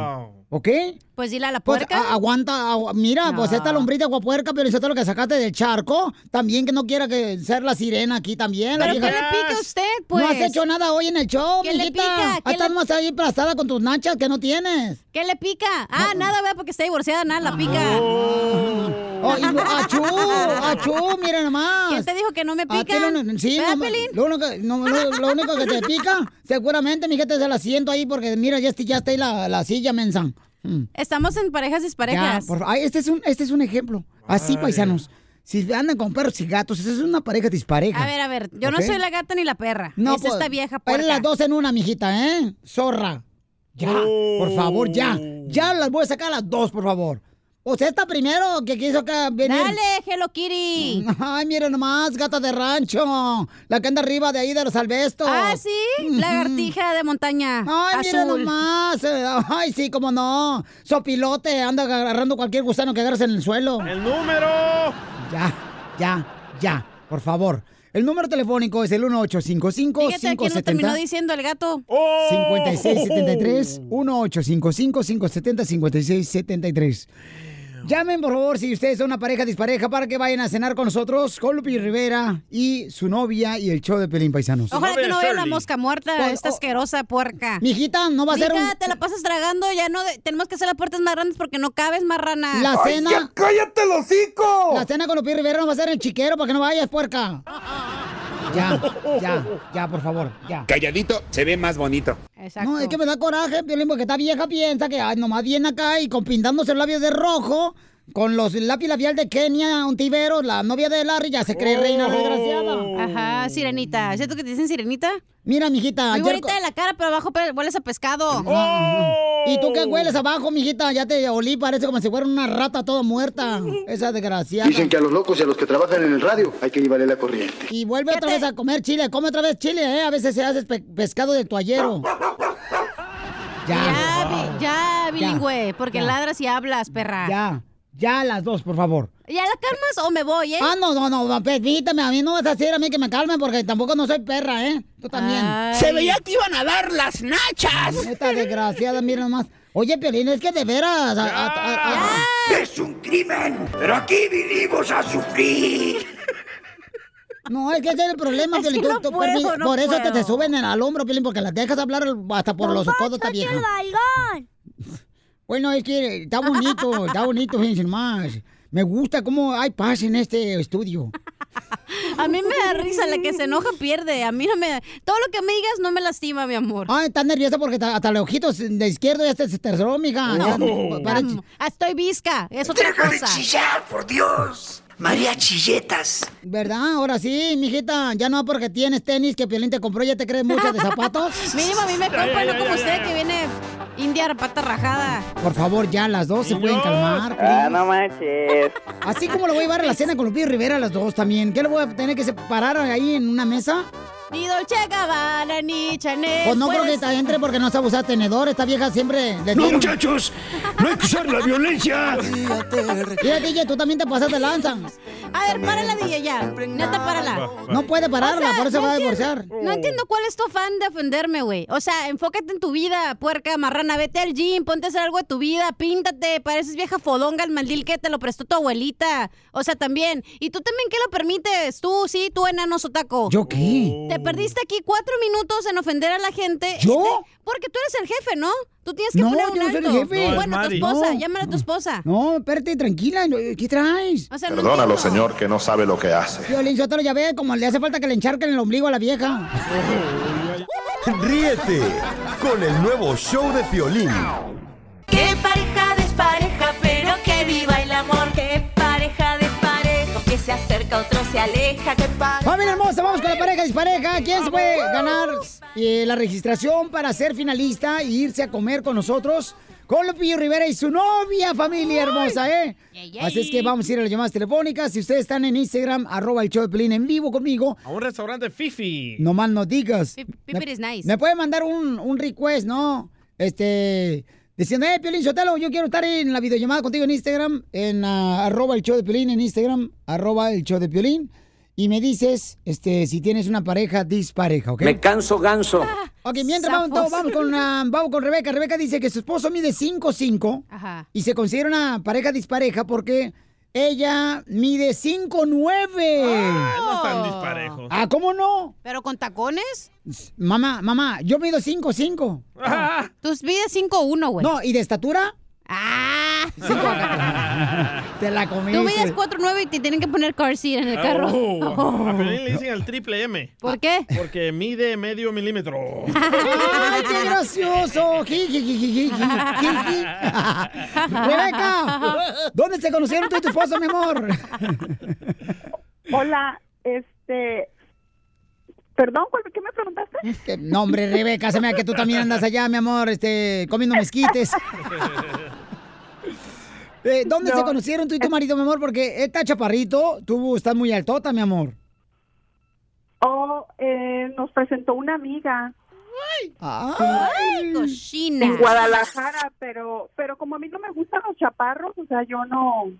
¿Ok? Pues dile a la Pues, puerca. a- aguanta, agua- mira, pues esta lombrita guapuerca, pero eso es lo que sacaste del charco. También que no quiera que ser la sirena aquí también. la ¿Pero qué vieja. le pica a usted, pues? No has hecho nada hoy en el show, ¿Qué le mijita. pica? ¿Qué Ahí estás le- más ahí aplastada con tus nachas que no tienes. ¿Qué le pica? Ah, nada, vea, porque está divorciada, nada, la pica. Oh, y lo- achú, achú, mira nomás. ¿Quién te dijo que no me A ti pican? Ah, lo- sí, ¿Verdad, no, Pelín? lo, único, que- no, lo- lo único que te pica, seguramente, mi gente, se la siento ahí porque, mira, ya, estoy- ya está ahí la, la silla, mensa. Mm. Estamos en parejas Ya, disparejas. por fa- ay, este, es un, este es un ejemplo. Así, Ay. paisanos. si andan con perros y gatos, esa es una pareja dispareja. A ver, a ver, yo no ¿Ok? soy la gata ni la perra. No, pues, es esta vieja por puerca. las dos en una, mijita, ¿eh? Zorra. Ya, por favor, ya. Ya las voy a sacar las dos, por favor. O sea, esta primero que quiso acá venir. ¡Dale, Hello Kitty! Ay, miren nomás, gata de rancho. La que anda arriba de ahí de los albestos. Ah, sí, lagartija de montaña. Ay, mira azul. nomás. eh, Ay, sí, cómo no. Sopilote, anda agarrando cualquier gusano que agarres en el suelo. ¡El número! Ya, ya, ya, por favor. El número telefónico es el 1855 Fíjate a quién lo 570 terminó diciendo el gato. 5673 Oh. 1855-570-5673. Llamen, por favor, si ustedes son una pareja dispareja, para que vayan a cenar con nosotros, con Lupi Rivera y su novia y el show de Pelín Paisanos. Ojalá que no vea la mosca muerta, esta asquerosa puerca. Pues, oh, Mijita, no va a ser Mija, un- te la pasas tragando, ya no... de- Tenemos que hacer las puertas más grandes porque no cabes, marrana. La cena. ¡Cállate los hocico! La cena con Lupi Rivera no va a ser en el chiquero para que no vayas, puerca. Ya, ya, ya, por favor, ya. Calladito se ve más bonito. No, es que me da coraje, Piolín, porque esta vieja piensa que ay, nomás viene acá y con pintándose el labio de rojo, con los lápiz labial de Kenia, un tibero, la novia de Larry, ya se Oh. cree reina la desgraciada. Ajá, sirenita. ¿Es cierto que te dicen sirenita? Mira, mijita. Muy ayer bonita co- de la cara, pero abajo pe- hueles a pescado. Oh. ¿Y tú qué hueles abajo, mijita? Ya te olí, parece como si fuera una rata toda muerta. Esa desgraciada. Dicen que a los locos y a los que trabajan en el radio hay que llevarle la corriente. Y vuelve otra vez a comer chile, come otra vez chile, ¿eh? A veces se hace pe- pescado del toallero. Ya, bi- Ya, ya, bilingüe, porque ya. ladras y hablas, Ah. perra. Ya, ya las dos, por favor. ¿Ya la calmas o me voy, eh? Ah, no, no, no, permítame, a mí no vas a decir a mí que me calmen porque tampoco no soy perra, ¿eh? Tú también. Ay. Se veía que iban a dar las nachas. Esta desgraciada, mira nomás. Oye, Piolín, es que de veras... a- a- a- a- Es un crimen, pero aquí vinimos a sufrir. No, es que ese es el problema, Piolín. que tú- no tú puedo, permi- no por eso te, puedo. te suben en al hombro, Piolín, porque la dejas hablar hasta por Don los Poncho, codos, está vieja. qué Bueno, es que está bonito, está bonito, fíjense más. Me gusta cómo hay paz en este estudio. A mí me da risa, la que se enoja pierde. A mí no me. Todo lo que me digas no me lastima, mi amor. Ay, Ah, está nerviosa porque ta- hasta los ojitos de izquierda ya se terceró, mija. Ya, pues, No. para- Am- ah, Estoy visca, es otra Deja de cosa. chillar, por Dios. María Chilletas. ¿Verdad? Ahora sí, mijita. Ya no porque tienes tenis que Piolín te compró, ya te crees mucho de zapatos. Mínimo a mí me compra, no como usted que viene india pata rajada. Por favor, ya las dos se pueden calmar. Ah, no manches. Así como lo voy a llevar a la cena con Lupillo Rivera a las dos también. ¿Qué le voy a tener que separar ahí en una mesa? Ni Dolce Gabbana, ni Chanel. Pues no creo que puedes- te entre porque no sabe usar tenedor. Esta vieja siempre le No, tira- muchachos, no hay que usar la violencia. Mira, DJ, tú también te pasas de lanza. A ver, párala, DJ, ya. Neta, párala. No puede pararla, O sea, por eso no va a entiendo- divorciar. No entiendo cuál es tu afán de ofenderme, güey. O sea, enfócate en tu vida, puerca marrana. Vete al gym, ponte a hacer algo de tu vida, píntate. Pareces vieja fodonga el mandil que te lo prestó tu abuelita. O sea, también. Y tú también, ¿qué lo permites? Tú, sí, tú enano sotaco. ¿Yo qué? Te perdiste aquí cuatro minutos en ofender a la gente. ¿Yo? Te- Porque tú eres el jefe, ¿no? Tú tienes que No, poner un yo no soy el alto. jefe. No, es Bueno, tu Mari. esposa, No. llámala a tu esposa. No, espérate, tranquila. ¿Qué traes? O sea, no Perdónalo, entiendo. señor, que no sabe lo que hace. Violín Sotelo ya ve como le hace falta que le encharquen el ombligo a la vieja. Ríete con el nuevo show de Piolín. Qué pareja despareja, pero que viva el amor. Qué pareja despareja, que se acerca, otro se aleja. Qué pareja. Familia hermosa, vamos con la pareja dispareja. ¿Quién se puede ganar eh, la registración para ser finalista e irse a comer con nosotros? Con Lupillo Rivera y su novia, familia hermosa, ¿eh? Así es que vamos a ir a las llamadas telefónicas. Si ustedes están en Instagram, arroba el show de Pelín en vivo conmigo, A un restaurante Fifi. no más no digas. Piper is nice. Me pueden mandar un, un request, ¿no? Este, diciendo, eh, Piolín Sotelo, yo quiero estar en la videollamada contigo en Instagram, en ah, arroba el show de Piolín, en Instagram, arroba el show de Piolín. Y me dices, este, si tienes una pareja dispareja, ¿ok? Me canso ganso. Ok, mientras vamos, Sapos. todos, vamos con, ah, vamos con Rebeca. Rebeca dice que su esposo mide 5'5 Ajá. y se considera una pareja dispareja porque ella mide 5'9. No están disparejos. Ah, ¿cómo no? ¿Pero con tacones? Mamá, mamá, yo mido 5'5. Tú Ah. mides 5'1, güey. No, ¿y de estatura? Ah. Te la comiste. Tú mides 4'9 y te tienen que poner car seat en el carro. Oh, A Piolín le dicen el triple M. ¿Por qué? Porque mide medio milímetro. ¡Ay, qué gracioso! Ji, ji, ji, ji, ji, ji, ji, ji. Rebeca, ¿dónde se conocieron tú y tu esposo, mi amor? Hola, este. Perdón, ¿cuál- ¿qué me preguntaste? Que- No, hombre, Rebeca, se me da que tú también andas allá, mi amor, este, comiendo mezquites. Eh, ¿Dónde No. se conocieron tú y tu marido, mi amor? Porque está chaparrito, tú estás muy altota, mi amor. Oh, eh, nos presentó una amiga. Ah, Ay, cochina. En Guadalajara, pero, pero como a mí no me gustan los chaparros, o sea, yo no,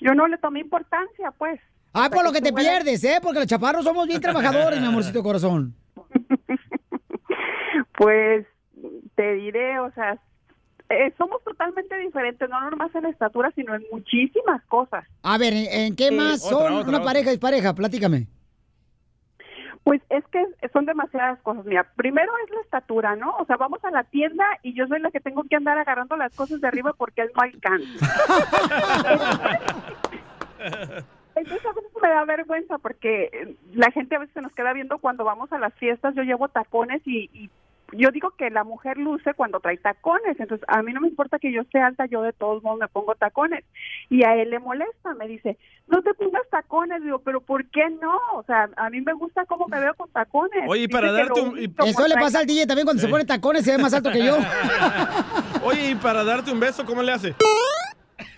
yo no le tomé importancia, pues. Ay, Ah, por lo que te Bueno. pierdes, ¿eh? Porque los chaparros somos bien trabajadores, mi amorcito corazón. Pues te diré, o sea, eh, somos totalmente diferentes, no nomás en estatura, sino en muchísimas cosas. A ver, ¿en, en qué Sí. más eh, Otra, son otra, una otra. pareja y pareja? Platícame. Pues es que son demasiadas cosas. Mira, primero es la estatura, ¿no? O sea, vamos a la tienda y yo soy la que tengo que andar agarrando las cosas de arriba porque él no alcanza. Entonces a veces me da vergüenza porque eh, la gente a veces se nos queda viendo cuando vamos a las fiestas, yo llevo tacones y, y yo digo que la mujer luce cuando trae tacones, entonces a mí no me importa que yo esté alta, yo de todos modos me pongo tacones y a él le molesta, me dice, no te pongas tacones, digo, pero ¿por qué no? O sea, a mí me gusta cómo me veo con tacones. Oye, y para Dice que darte lo un- y- único Eso le contra- pasa al DJ también cuando se pone tacones, se ve más alto que yo. Oye, y para darte un beso, ¿cómo le hace?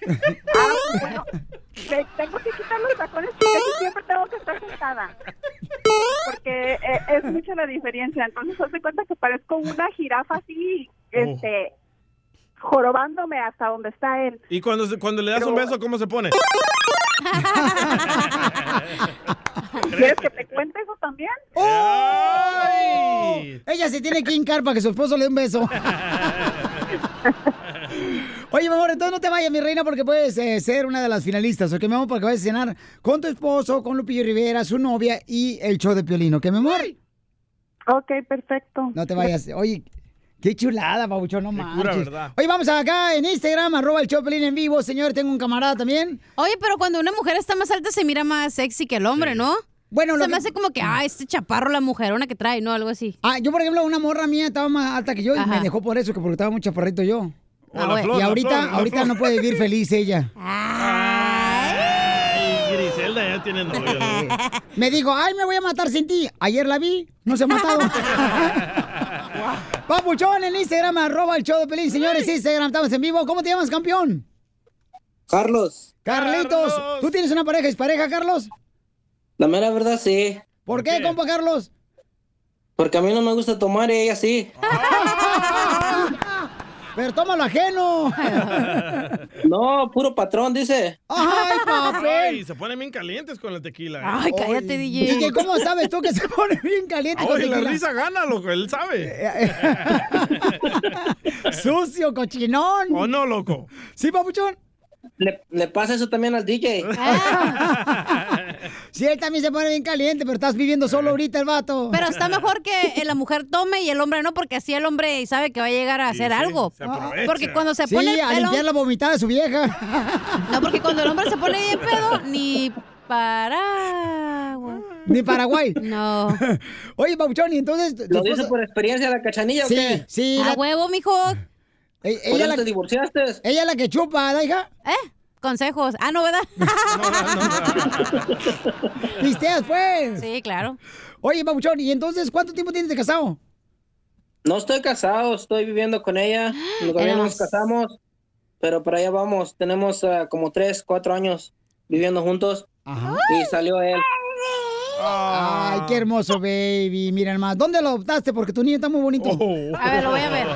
Le tengo que quitar los tacones porque yo siempre tengo que estar sentada. Porque eh, es mucha la diferencia. Entonces, haz de cuenta que parezco una jirafa así, este, jorobándome hasta donde está él. Y cuando, se- cuando le das un beso, ¿cómo se pone? ¿Quieres que te cuente eso también? ¡Ay! Ella se tiene que hincar para que su esposo le dé un beso. Oye, mi amor, entonces no te vayas, mi reina, porque puedes eh, ser una de las finalistas, ¿ok, mi amor? Porque vas a cenar con tu esposo, con Lupillo Rivera, su novia y el show de Piolino, ¿ok, mi amor? Ok, perfecto. No te vayas. Oye, qué chulada, Pabuchón, no manches. cura, ¿verdad? Oye, vamos acá Ah, en Instagram, arroba el show de Piolín en vivo, señor, tengo un camarada también. Oye, pero cuando una mujer está más alta se mira más sexy que el hombre, ¿no? Bueno, Se me hace como que, ah, este chaparro, la mujerona que trae, ¿no? Algo así. Ah, yo, por ejemplo, una morra mía estaba más alta que yo y Ajá. me dejó por eso, que porque estaba muy chaparrito yo. Ah, la bueno. flor, y la ahorita, flor, la ahorita flor. no puede vivir feliz ella. Ay, Griselda ya tiene novio. ¿no? Me dijo, ay, me voy a matar sin ti. Ayer la vi, no se ha matado. Papuchón en Instagram, arroba el show de Pelín. Señores, Instagram, estamos en vivo. ¿Cómo te llamas, campeón? Carlos. Carlitos, Carlos. ¿tú tienes una pareja? ¿Es pareja, Carlos? La mera verdad, sí. ¿Por qué, compa Carlos? Porque a mí no me gusta tomar y ella sí. Pero tómalo ajeno. No, puro patrón, dice. Ay, Ay, se ponen bien calientes con la tequila. ¿eh? Ay, DJ, ¿cómo sabes tú que se pone bien caliente? con Oye, la tequila? Eh, risa gana, loco, él sabe. Sucio, cochinón. ¿O no, loco? Sí, papuchón. Le, le pasa eso también al DJ. Sí, él también se pone bien caliente, pero estás viviendo solo ahorita el vato. Pero está mejor que eh, la mujer tome y el hombre no, porque así el hombre sabe que va a llegar a hacer algo. Porque cuando se Sí, pone el a pelo- limpiar la vomitada de su vieja. No, porque cuando el hombre se pone bien pedo, ni Paraguay. Ni Paraguay. No. Oye, Pauchón, y entonces. ¿Lo dice por experiencia la cachanilla o sí, qué? Sí, E, A huevo, mijo. ¿Por eso te divorciaste? Ella es la que chupa, ¿da, hija? ¿Eh? Consejos. Ah, no, ¿verdad? ¿Visteas, pues? Sí, claro. Oye, Pauchón, y entonces, ¿cuánto tiempo tienes de casado? No estoy casado, estoy viviendo con ella. Todavía no nos Eras- casamos, pero para allá vamos. Tenemos ah, como tres, cuatro años viviendo juntos. Y salió él. Ay, qué hermoso, baby. Mira, hermano, ¿dónde lo adoptaste? Porque tu niño está muy bonito. A ver, lo voy a ver.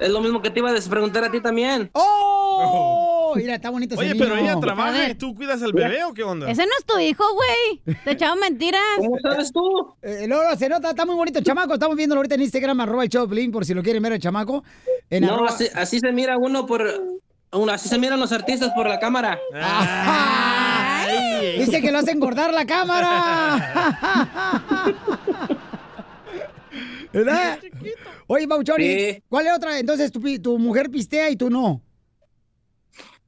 Es lo mismo que te iba a preguntar a ti también. ¡Oh! Mira, está bonito ese Oye, niño. pero ella trabaja y ver. tú cuidas al bebé o qué onda? Ese no es tu hijo, güey. Te echaron mentiras. ¿Cómo sabes tú? Eh, no, no, se nota, está muy bonito el chamaco. Estamos viéndolo ahorita en Instagram, arroba el Choplin, por si lo quieren ver el chamaco. En No, arroba- así, así se mira uno por... uno- Así se miran los artistas por la cámara. Dice que lo hace engordar la cámara. ¿Verdad? Oye, Bauchoni, Sí. ¿cuál es otra? Entonces, tu, pi- tu mujer pistea y tú no.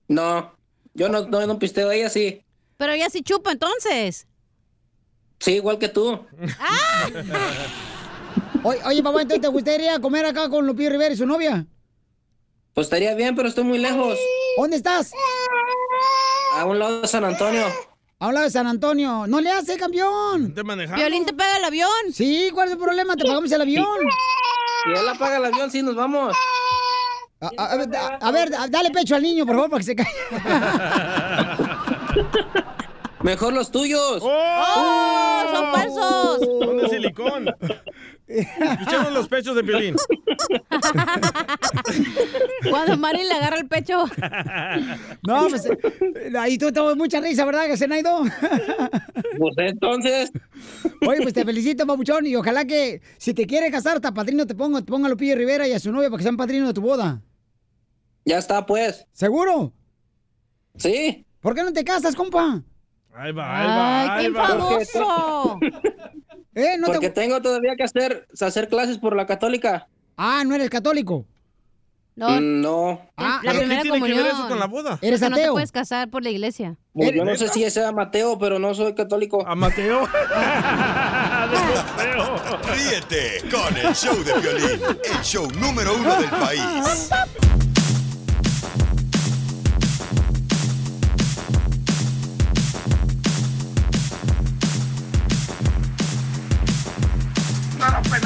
No, yo no, no, no pisteo, ella sí. Pero ella sí chupa, entonces. Sí, igual que tú. ¡Ah! Oye, oye, papá, entonces, ¿te gustaría comer acá con Lupillo Rivera y su novia? Pues estaría bien, pero estoy muy lejos. ¿Dónde estás? A un lado de San Antonio. Habla de San Antonio. No le hace, campeón. Te manejamos. Violín te paga el avión. Sí, ¿cuál es el problema? Te pagamos el avión. Si él apaga el avión, sí, nos vamos. A, a- a ver, a- a ver, a- dale pecho al niño, por favor, para que se caiga. Mejor los tuyos. ¡Oh! ¡Son falsos! Son de silicón. Escuchemos los pechos de Piolín. Cuando Mari le agarra el pecho. No, pues. Ahí tú tomas mucha risa, ¿verdad, que Zenaido? Pues entonces. Oye, pues te felicito, papuchón. Y ojalá que si te quieres casar, hasta padrino te pongo, te ponga a Lupillo Rivera y a su novia para que sean padrino de tu boda. Ya está, pues. ¿Seguro? Sí. ¿Por qué no te casas, compa? Ahí va, ahí va, ahí va. Eh, no te- Porque tengo todavía que hacer, hacer clases por la católica. Ah, ¿no eres católico? No. Mm, No. Ah, la ¿qué primera tiene que ver comunión. eso con la boda? Porque ¿Eres No te ateo? puedes casar por la iglesia. Pues yo no sé si sea Mateo, pero no soy católico. ¿A Mateo? Ríete con el show de violín, el show número uno del país. pues,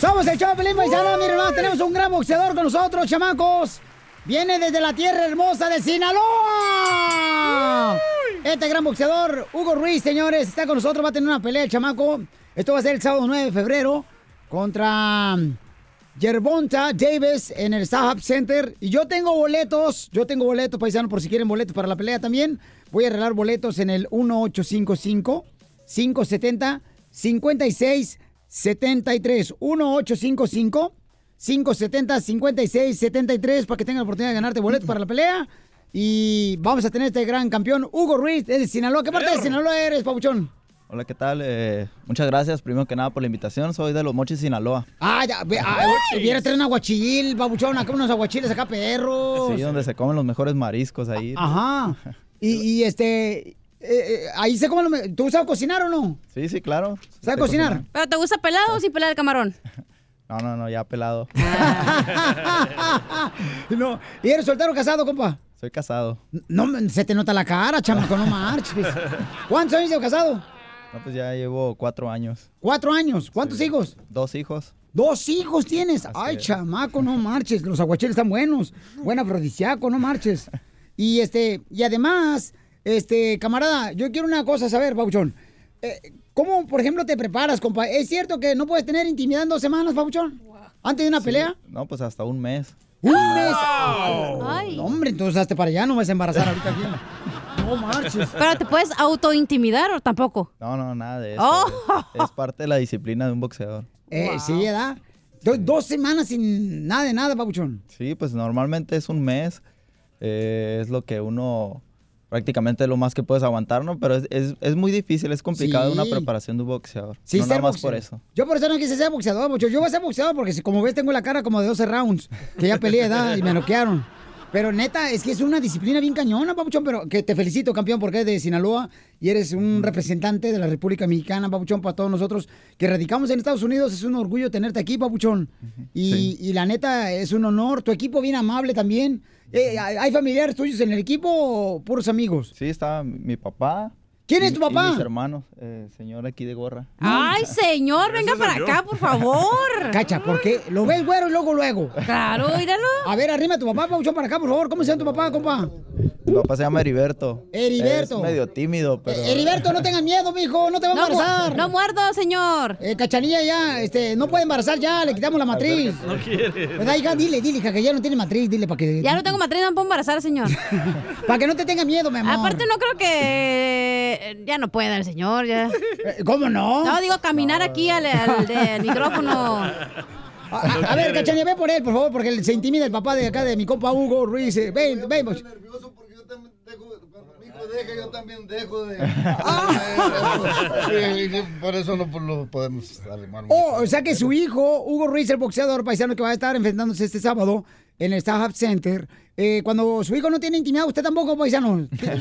Somos el Chavo Pelín Paisano, miren, no, tenemos un gran boxeador con nosotros, chamacos. Viene desde la tierra hermosa de Sinaloa. Este gran boxeador, Hugo Ruiz, señores, está con nosotros, va a tener una pelea el chamaco. Esto va a ser el sábado 9 de febrero contra Yerbonta Davis en el Sahab Center. Y yo tengo boletos, yo tengo boletos, paisano, por si quieren boletos para la pelea también. Voy a arreglar boletos en el 1855 570 5673 1855 570 5673 para que tengan la oportunidad de ganarte boletos para la pelea. Y vamos a tener este gran campeón, Hugo Ruiz, es de Sinaloa. ¿Qué parte de Sinaloa eres, Pabuchón? Hola, ¿qué tal? Eh, muchas gracias, primero que nada, por la invitación. Soy de Los Mochis, Sinaloa. Ah, ya, ve- ah, hubiera traído un aguachil, Pabuchón, acá unos aguachiles, acá perros. Sí, donde se comen los mejores mariscos ahí. Oh, Ah, Ajá. Y, y, este, eh, eh, ahí sé cómo lo... me- ¿Tú sabes cocinar o no? Sí, sí, claro. ¿Sabes Sé cocinar? ¿Pero te gusta pelado o sin pelar el camarón? No, no, no, ya pelado. Ah. no. ¿Y eres soltero o casado, compa? Soy casado. No, me- se te nota la cara, chamaco, no marches. ¿Cuántos años de casado? No, pues ya llevo cuatro años. Cuatro años. ¿Cuántos hijos? Dos hijos. Dos hijos tienes. Ay, es. chamaco, no marches. Los aguachiles están buenos. Buen afrodisiaco, no marches. Y este, y además, este, camarada, yo quiero una cosa saber, Pauchón. Eh, ¿Cómo, por ejemplo, te preparas, compa? ¿Es cierto que no puedes tener intimidad en dos semanas, Pauchón? ¿Antes de una pelea? No, pues hasta un mes. ¡Un mes! Ay, no, hombre, entonces hazte para allá, no me vas a embarazar ahorita aquí. No marches. ¿Pero te puedes autointimidar o tampoco? No, no, nada de eso. Oh. Es, es parte de la disciplina de un boxeador. Eh, Sí, ¿verdad? Do- dos semanas sin nada de nada, Papuchón. Sí, pues normalmente es un mes. eh, es lo que uno prácticamente es lo más que puedes aguantar, ¿no? Pero es, es- es muy difícil, es complicado una Sí. preparación de un boxeador. Sí, no nada ser más boxeador. por eso. Yo por eso no quise ser boxeador, Papuchón. Yo voy a ser boxeador porque, si- como ves, tengo la cara como de 12 rounds. Que ya peleé, ¿verdad? Y me noquearon. Pero neta, es que es una disciplina bien cañona, Papuchón. Pero que te felicito, campeón, porque eres de Sinaloa y eres un representante de la República Mexicana, Papuchón, para todos nosotros que radicamos en Estados Unidos. Es un orgullo tenerte aquí, Papuchón. Y, y la neta, es un honor. Tu equipo bien amable también. Eh, ¿Hay familiares tuyos en el equipo o puros amigos? Sí, está mi- mi papá. ¿Quién y- es tu y papá? mis hermanos, eh, señor aquí de gorra. Ay, señor, venga para acá, por favor. Cacha, ¿por qué? ¿Lo ves güero y luego luego? Claro, míralo. A ver, arrima a tu papá, Pauchón, para acá, por favor. ¿Cómo se llama tu papá, compa? Mi papá se llama Heriberto. Eh, Heriberto. Es medio tímido, pero... Eh, Heriberto, no tengas miedo, mijo, no te va a No mu- embarazar. no muerdo, señor. Eh, cachanilla ya, este, no puede embarazar ya, le quitamos la matriz. No quiere. ¿Verdad, hija? Dile, dile, hija, que ya no tiene matriz, dile para que... Ya no tengo matriz, no me puedo embarazar, señor. Para que no te tenga miedo, mi amor. Aparte, no creo que. eh, Ya no pueda el señor, ya. Eh, ¿Cómo no? No, digo, caminar aquí al, al de- al micrófono. A, Ah, a- a ver, Cachanilla, ve por él, por favor, porque se intimida el papá de acá, de mi compa Hugo Ruiz. eh, Ven, ven, pues. deja, yo también dejo de. Ah. por eso no lo podemos arrimar. Oh, o sea que su hijo, Hugo Ruiz, el boxeador paisano que va a estar enfrentándose este sábado en el Starhub Center, eh, cuando su hijo no tiene intimidad, usted tampoco, paisano. dice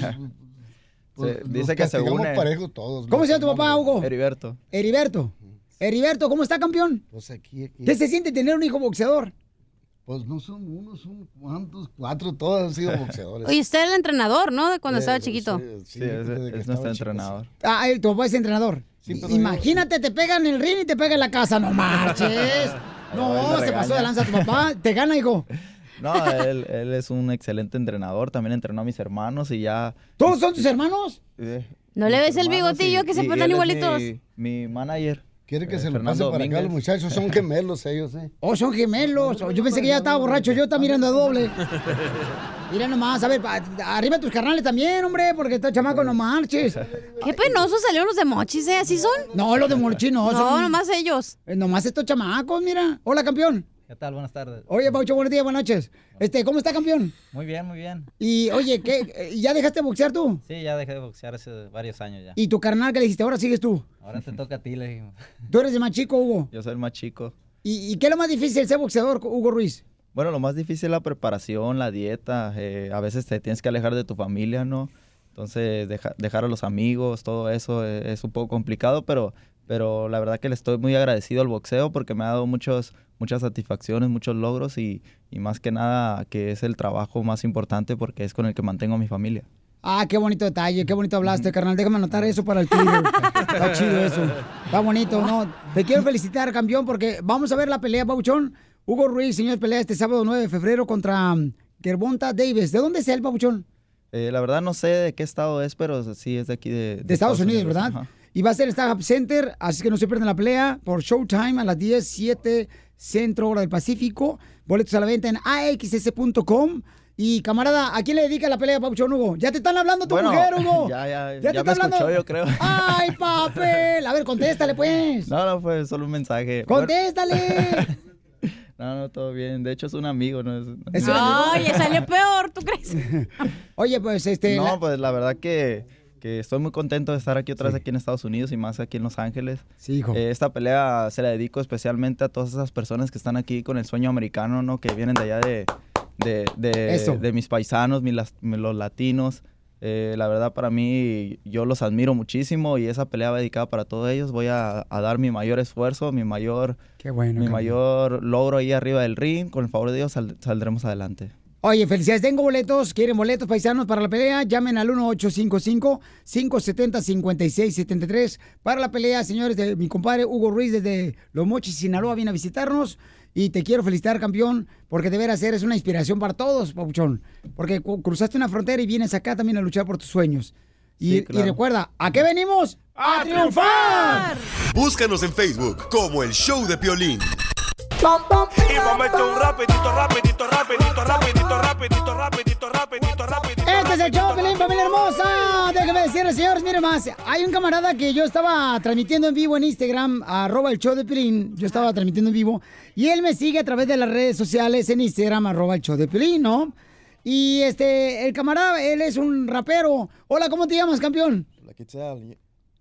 que se castigamos une. parejo todos. ¿Cómo se llama tu papá, Hugo? Heriberto. Heriberto. Heriberto, ¿cómo está, campeón? Pues aquí, aquí. ¿Qué se siente tener un hijo boxeador? Pues no son unos, son cuantos, cuatro, todos han sido boxeadores. Oye, usted era el entrenador, ¿no? De cuando estaba chiquito. Sí, es, es nuestro entrenador. Ah, el, tu papá es entrenador. Imagínate, te pegan en el ring y te pegan en la casa. No marches. Ahí No, la se regaña. pasó de lanza tu papá. Te gana, hijo. No, él, él es un excelente entrenador, también entrenó a mis hermanos y ya... ¿Todos son tus hermanos? eh, ¿No le ves el hermanos bigotillo y- que se y portan él es igualitos? Mi, mi manager. Quiere que eh, se lo pase Fernando para acá Domínguez. los muchachos, son gemelos ellos, ¿eh? Oh, son gemelos. Yo pensé que ya estaba borracho. Yo también ando doble. Mira nomás, a ver, pa- arriba tus carnales también, hombre, porque estos chamacos no marches. Qué penoso salieron los de Mochis, ¿eh? ¿Así son? No, los de Mochis no. No, nomás ellos. Nomás estos chamacos, mira. Hola, campeón. ¿Qué tal? Buenas tardes. Oye, Paucho, buenos días, buenas noches. Este, ¿cómo está, campeón? Muy bien, muy bien. Y, oye, ¿qué? eh, ¿Ya dejaste de boxear tú? Sí, ya dejé de boxear hace varios años ya. Y tu carnal que le dijiste, ahora sigues tú. Ahora te toca a ti, le dijimos. Tú eres el más chico, Hugo. Yo soy el más chico. ¿Y, y qué es lo más difícil de ser boxeador, Hugo Ruiz? Bueno, lo más difícil es la preparación, la dieta. eh, a veces te tienes que alejar de tu familia, ¿no? Entonces, deja- dejar a los amigos, todo eso eh, es, un poco complicado, pero, pero la verdad que le estoy muy agradecido al boxeo porque me ha dado muchos, muchas satisfacciones, muchos logros y, y más que nada que es el trabajo más importante porque es con el que mantengo a mi familia. Ah, qué bonito detalle, qué bonito hablaste, carnal. Déjame anotar eso para el tiro. Está chido eso. Está bonito, ¿no? Te quiero felicitar, campeón, porque vamos a ver la pelea, Pauchón. Hugo Ruiz, señores, pelea este sábado 9 de febrero contra mm, Gervonta Davis. ¿De dónde es él, Pauchón? Eh, la verdad no sé de qué estado es, pero sí es de aquí de, De Estados Unidos, ¿verdad? Y va a ser en Starhub Center, así que no se pierdan la pelea por Showtime a las 10, 7, Centro, Hora del Pacífico. Boletos a la venta en axs.com. Y camarada, ¿a quién le dedica la pelea, Pauchón Hugo? Ya te están hablando tu Bueno, mujer, Hugo. ya, ya, te ya está me escuchó, hablando. yo creo. ¡Ay, papel! A ver, contéstale, pues. No, no, fue solo un mensaje. Bueno, ¡Contéstale! no, no, todo bien. De hecho, es un amigo, ¿no? Es- Es un amigo. Oye, salió peor, ¿tú crees? Oye, pues este. No, la- pues la verdad que, que estoy muy contento de estar aquí otra vez aquí en Estados Unidos y más aquí en Los Ángeles. Eh, Sí, hijo. esta pelea se la dedico especialmente a todas esas personas que están aquí con el sueño americano, ¿no? Que vienen de allá de, de, de- Eso. de mis paisanos, mis las- los latinos. Eh, la verdad para mí yo los admiro muchísimo y esa pelea va dedicada para todos ellos. Voy a, a dar mi mayor esfuerzo, mi mayor, Qué bueno, mi campeón. mayor logro ahí arriba del ring. Con el favor de Dios sal- saldremos adelante. Oye, felicidades, tengo boletos, quieren boletos paisanos para la pelea, llamen al 1-855-570-5673 para la pelea, señores, de mi compadre Hugo Ruiz desde Los Mochis, Sinaloa, viene a visitarnos y te quiero felicitar, campeón, porque de veras eres una inspiración para todos, Papuchón, porque cu- cruzaste una frontera y vienes acá también a luchar por tus sueños. Y, Sí, y claro. recuerda, ¿a qué venimos? ¡A triunfar! Búscanos en Facebook como el show de Piolín. Y vamos a meter un rapidito, rapidito, rapidito, rapidito, rapidito, rapidito, rapidito, rapidito. Este es el show, Pelín, familia hermosa. Déjenme decirles, señores, miren más. Hay un camarada que yo estaba transmitiendo en vivo en Instagram, arroba el show de Pelín. Yo estaba transmitiendo en vivo. Y él me sigue a través de las redes sociales en Instagram, arroba el show de Pelín, ¿no? Y este, el camarada, él es un rapero. Hola, ¿cómo te llamas, campeón? Like it's Italian.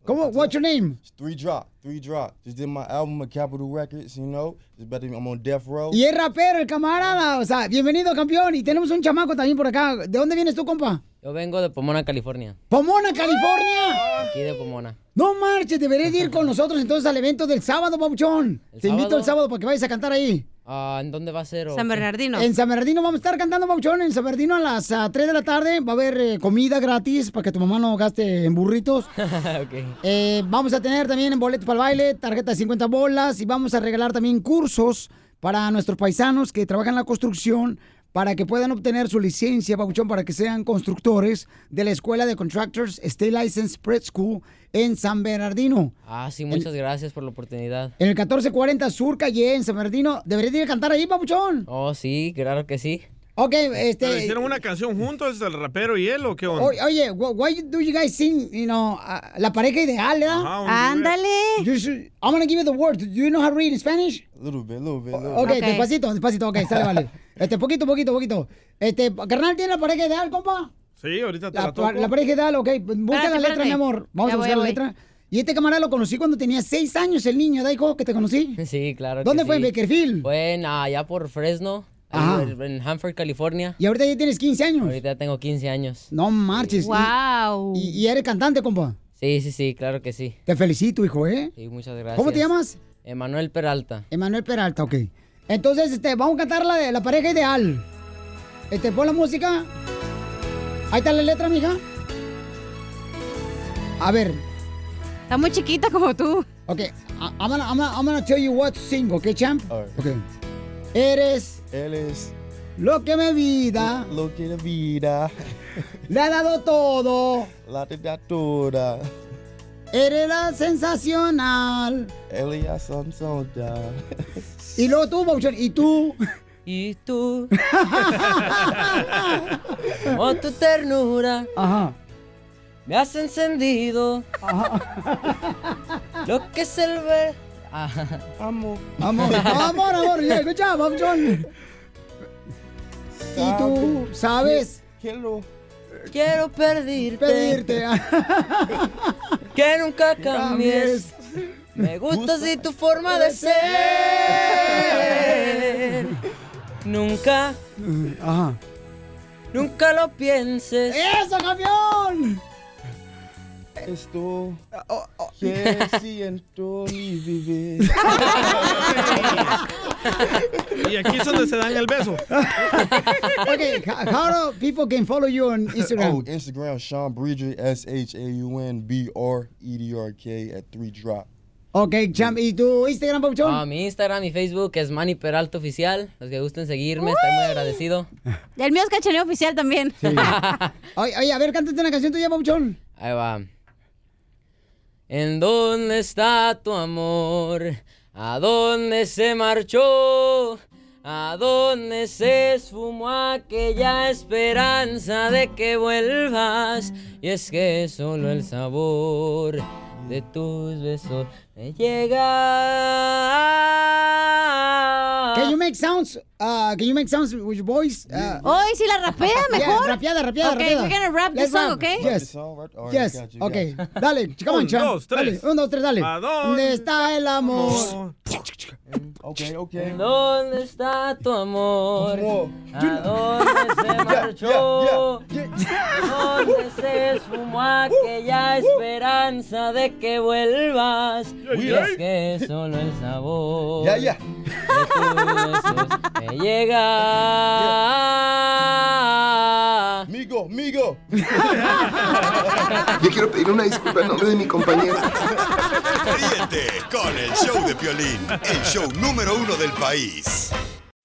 ¿Cómo? What's your name? Three drop, three drop. Just did my album at Capitol Records, you know. It's better I'm on death row. Y es rapero, el camarada. O sea, bienvenido, campeón. Y tenemos un chamaco también por acá. ¿De dónde vienes tú, compa? Yo vengo de Pomona, California. Pomona, California. Aquí de Pomona. No marches, deberías ir con nosotros entonces al evento del sábado, Pabuchón. Te invito sábado? el sábado para que vayas a cantar ahí. Ah, ¿En dónde va a ser? o qué? En San Bernardino vamos a estar cantando, Pabuchón. En San Bernardino a las ah, 3 de la tarde va a haber eh, comida gratis para que tu mamá no gaste en burritos. ok. Eh, vamos a tener también boletos para el baile, tarjeta de 50 bolas y vamos a regalar también cursos para nuestros paisanos que trabajan en la construcción para que puedan obtener su licencia, Pabuchón, para que sean constructores de la Escuela de Contractors State License Prep School en San Bernardino. Ah, sí, muchas gracias por la oportunidad. En el 1440 Sur Calle, en San Bernardino. Deberías ir a cantar ahí, papuchón. Oh, sí, claro que sí. Ok, ¿Pero este. hicieron una canción juntos, el rapero y él, o qué onda? o- Oye, wh- why do you guys sing, you know, uh, la pareja ideal, ¿verdad? Ajá, un duet. Ándale. You should- I'm gonna give you the word. Do you know how to read in Spanish? A little bit, little bit, little Ok, bit. despacito, despacito, ok, sale, vale. Este, poquito, poquito, poquito. Este, carnal, ¿tiene la pareja ideal, compa? Sí, ahorita te la, La, toco. la pareja ideal, ok. Busca Espérate, la letra, espérate. mi amor. Vamos Ya a voy, buscar la voy. letra. Y este camarada lo conocí cuando tenía seis años, el niño, ¿da hijo que te conocí? Sí, claro ¿Dónde que fue? sí. ¿En Bakersfield? Fue en, ah, allá por Fresno, ahí Ajá. en- en Hanford, California. Y ahorita ya tienes 15 años. Ahorita tengo 15 años. No marches. Guau. Y, y eres cantante, compa. Sí, sí, sí, claro que sí. Te felicito, hijo, ¿eh? Sí, muchas gracias. ¿Cómo te llamas? Emanuel Peralta. Emanuel Peralta, ok. Entonces, este, vamos a cantar la de la pareja ideal. Este, pon la música. Ahí está la letra, mija. A ver. Está muy chiquita como tú. Ok, I- I'm gonna, I'm gonna- I'm gonna tell you what to sing, ¿ok, champ? Ok. Eres... Eres... Lo que me vida... Lo que la vida Le ha dado todo. la te da toda. Eres la sensacional. Elia Sansonja. Y luego tú, Bauchón, y tú. Y tú. Como oh, tu ternura. Me has encendido. Lo que es el ver. Amo. Amor, amor, amor, ya, escucha, Bauchón. Y tú, ¿sabes? Quiero. Quiero pedirte. Pedirte. que nunca cambies. Me gusta así tu forma de ser. Nunca, Eh, Ajá. nunca lo pienses. ¡Eso, campeón! Esto Oh, que siento mi vivir. Y aquí es donde se dan el beso. okay, h- how do people can follow you on Instagram? Oh, Instagram, Sean Breeder, S H A U N B R E D R K at three drop. Ok, champ, ¿y tu Instagram, Papuchón? Ah, mi Instagram y Facebook es Manny Peralta Oficial. Los que gusten seguirme, estaré muy agradecido. El mío es cachaneo oficial también. oye, a ver, cántate una canción tuya, Papuchón. Ahí va. ¿En dónde está tu amor? ¿A dónde se marchó? ¿A dónde se esfumó aquella esperanza de que vuelvas? Y es que solo el sabor de tus besos me llega. Can you make sounds? Uh, can you make sounds with your voice? Uh, Hoy si la rapea Yeah, mejor. rapeada, rapeada, Ok, rapeada. we're gonna rap Let's this song, rap. okay? Yes. yes. got you, okay. Dale, come on, Un, champ. dos, tres. Dale, un, dos, tres, dale. ¿A ¿Dónde está el amor? Okay, okay. ¿En dónde está tu amor? ¿A dónde se marchó? ¿A dónde se Uh, esfumó aquella esperanza de que vuelvas? Y es que solo el sabor Ya, ya. me llega. Migo, migo. Yo quiero pedir una disculpa en nombre de mi compañero. Ríete con el show de Piolín, el show número uno del país.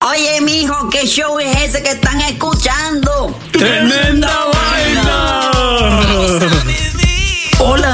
Oye, mijo, ¿qué show es ese que están escuchando? ¡Tremenda vaina! Hola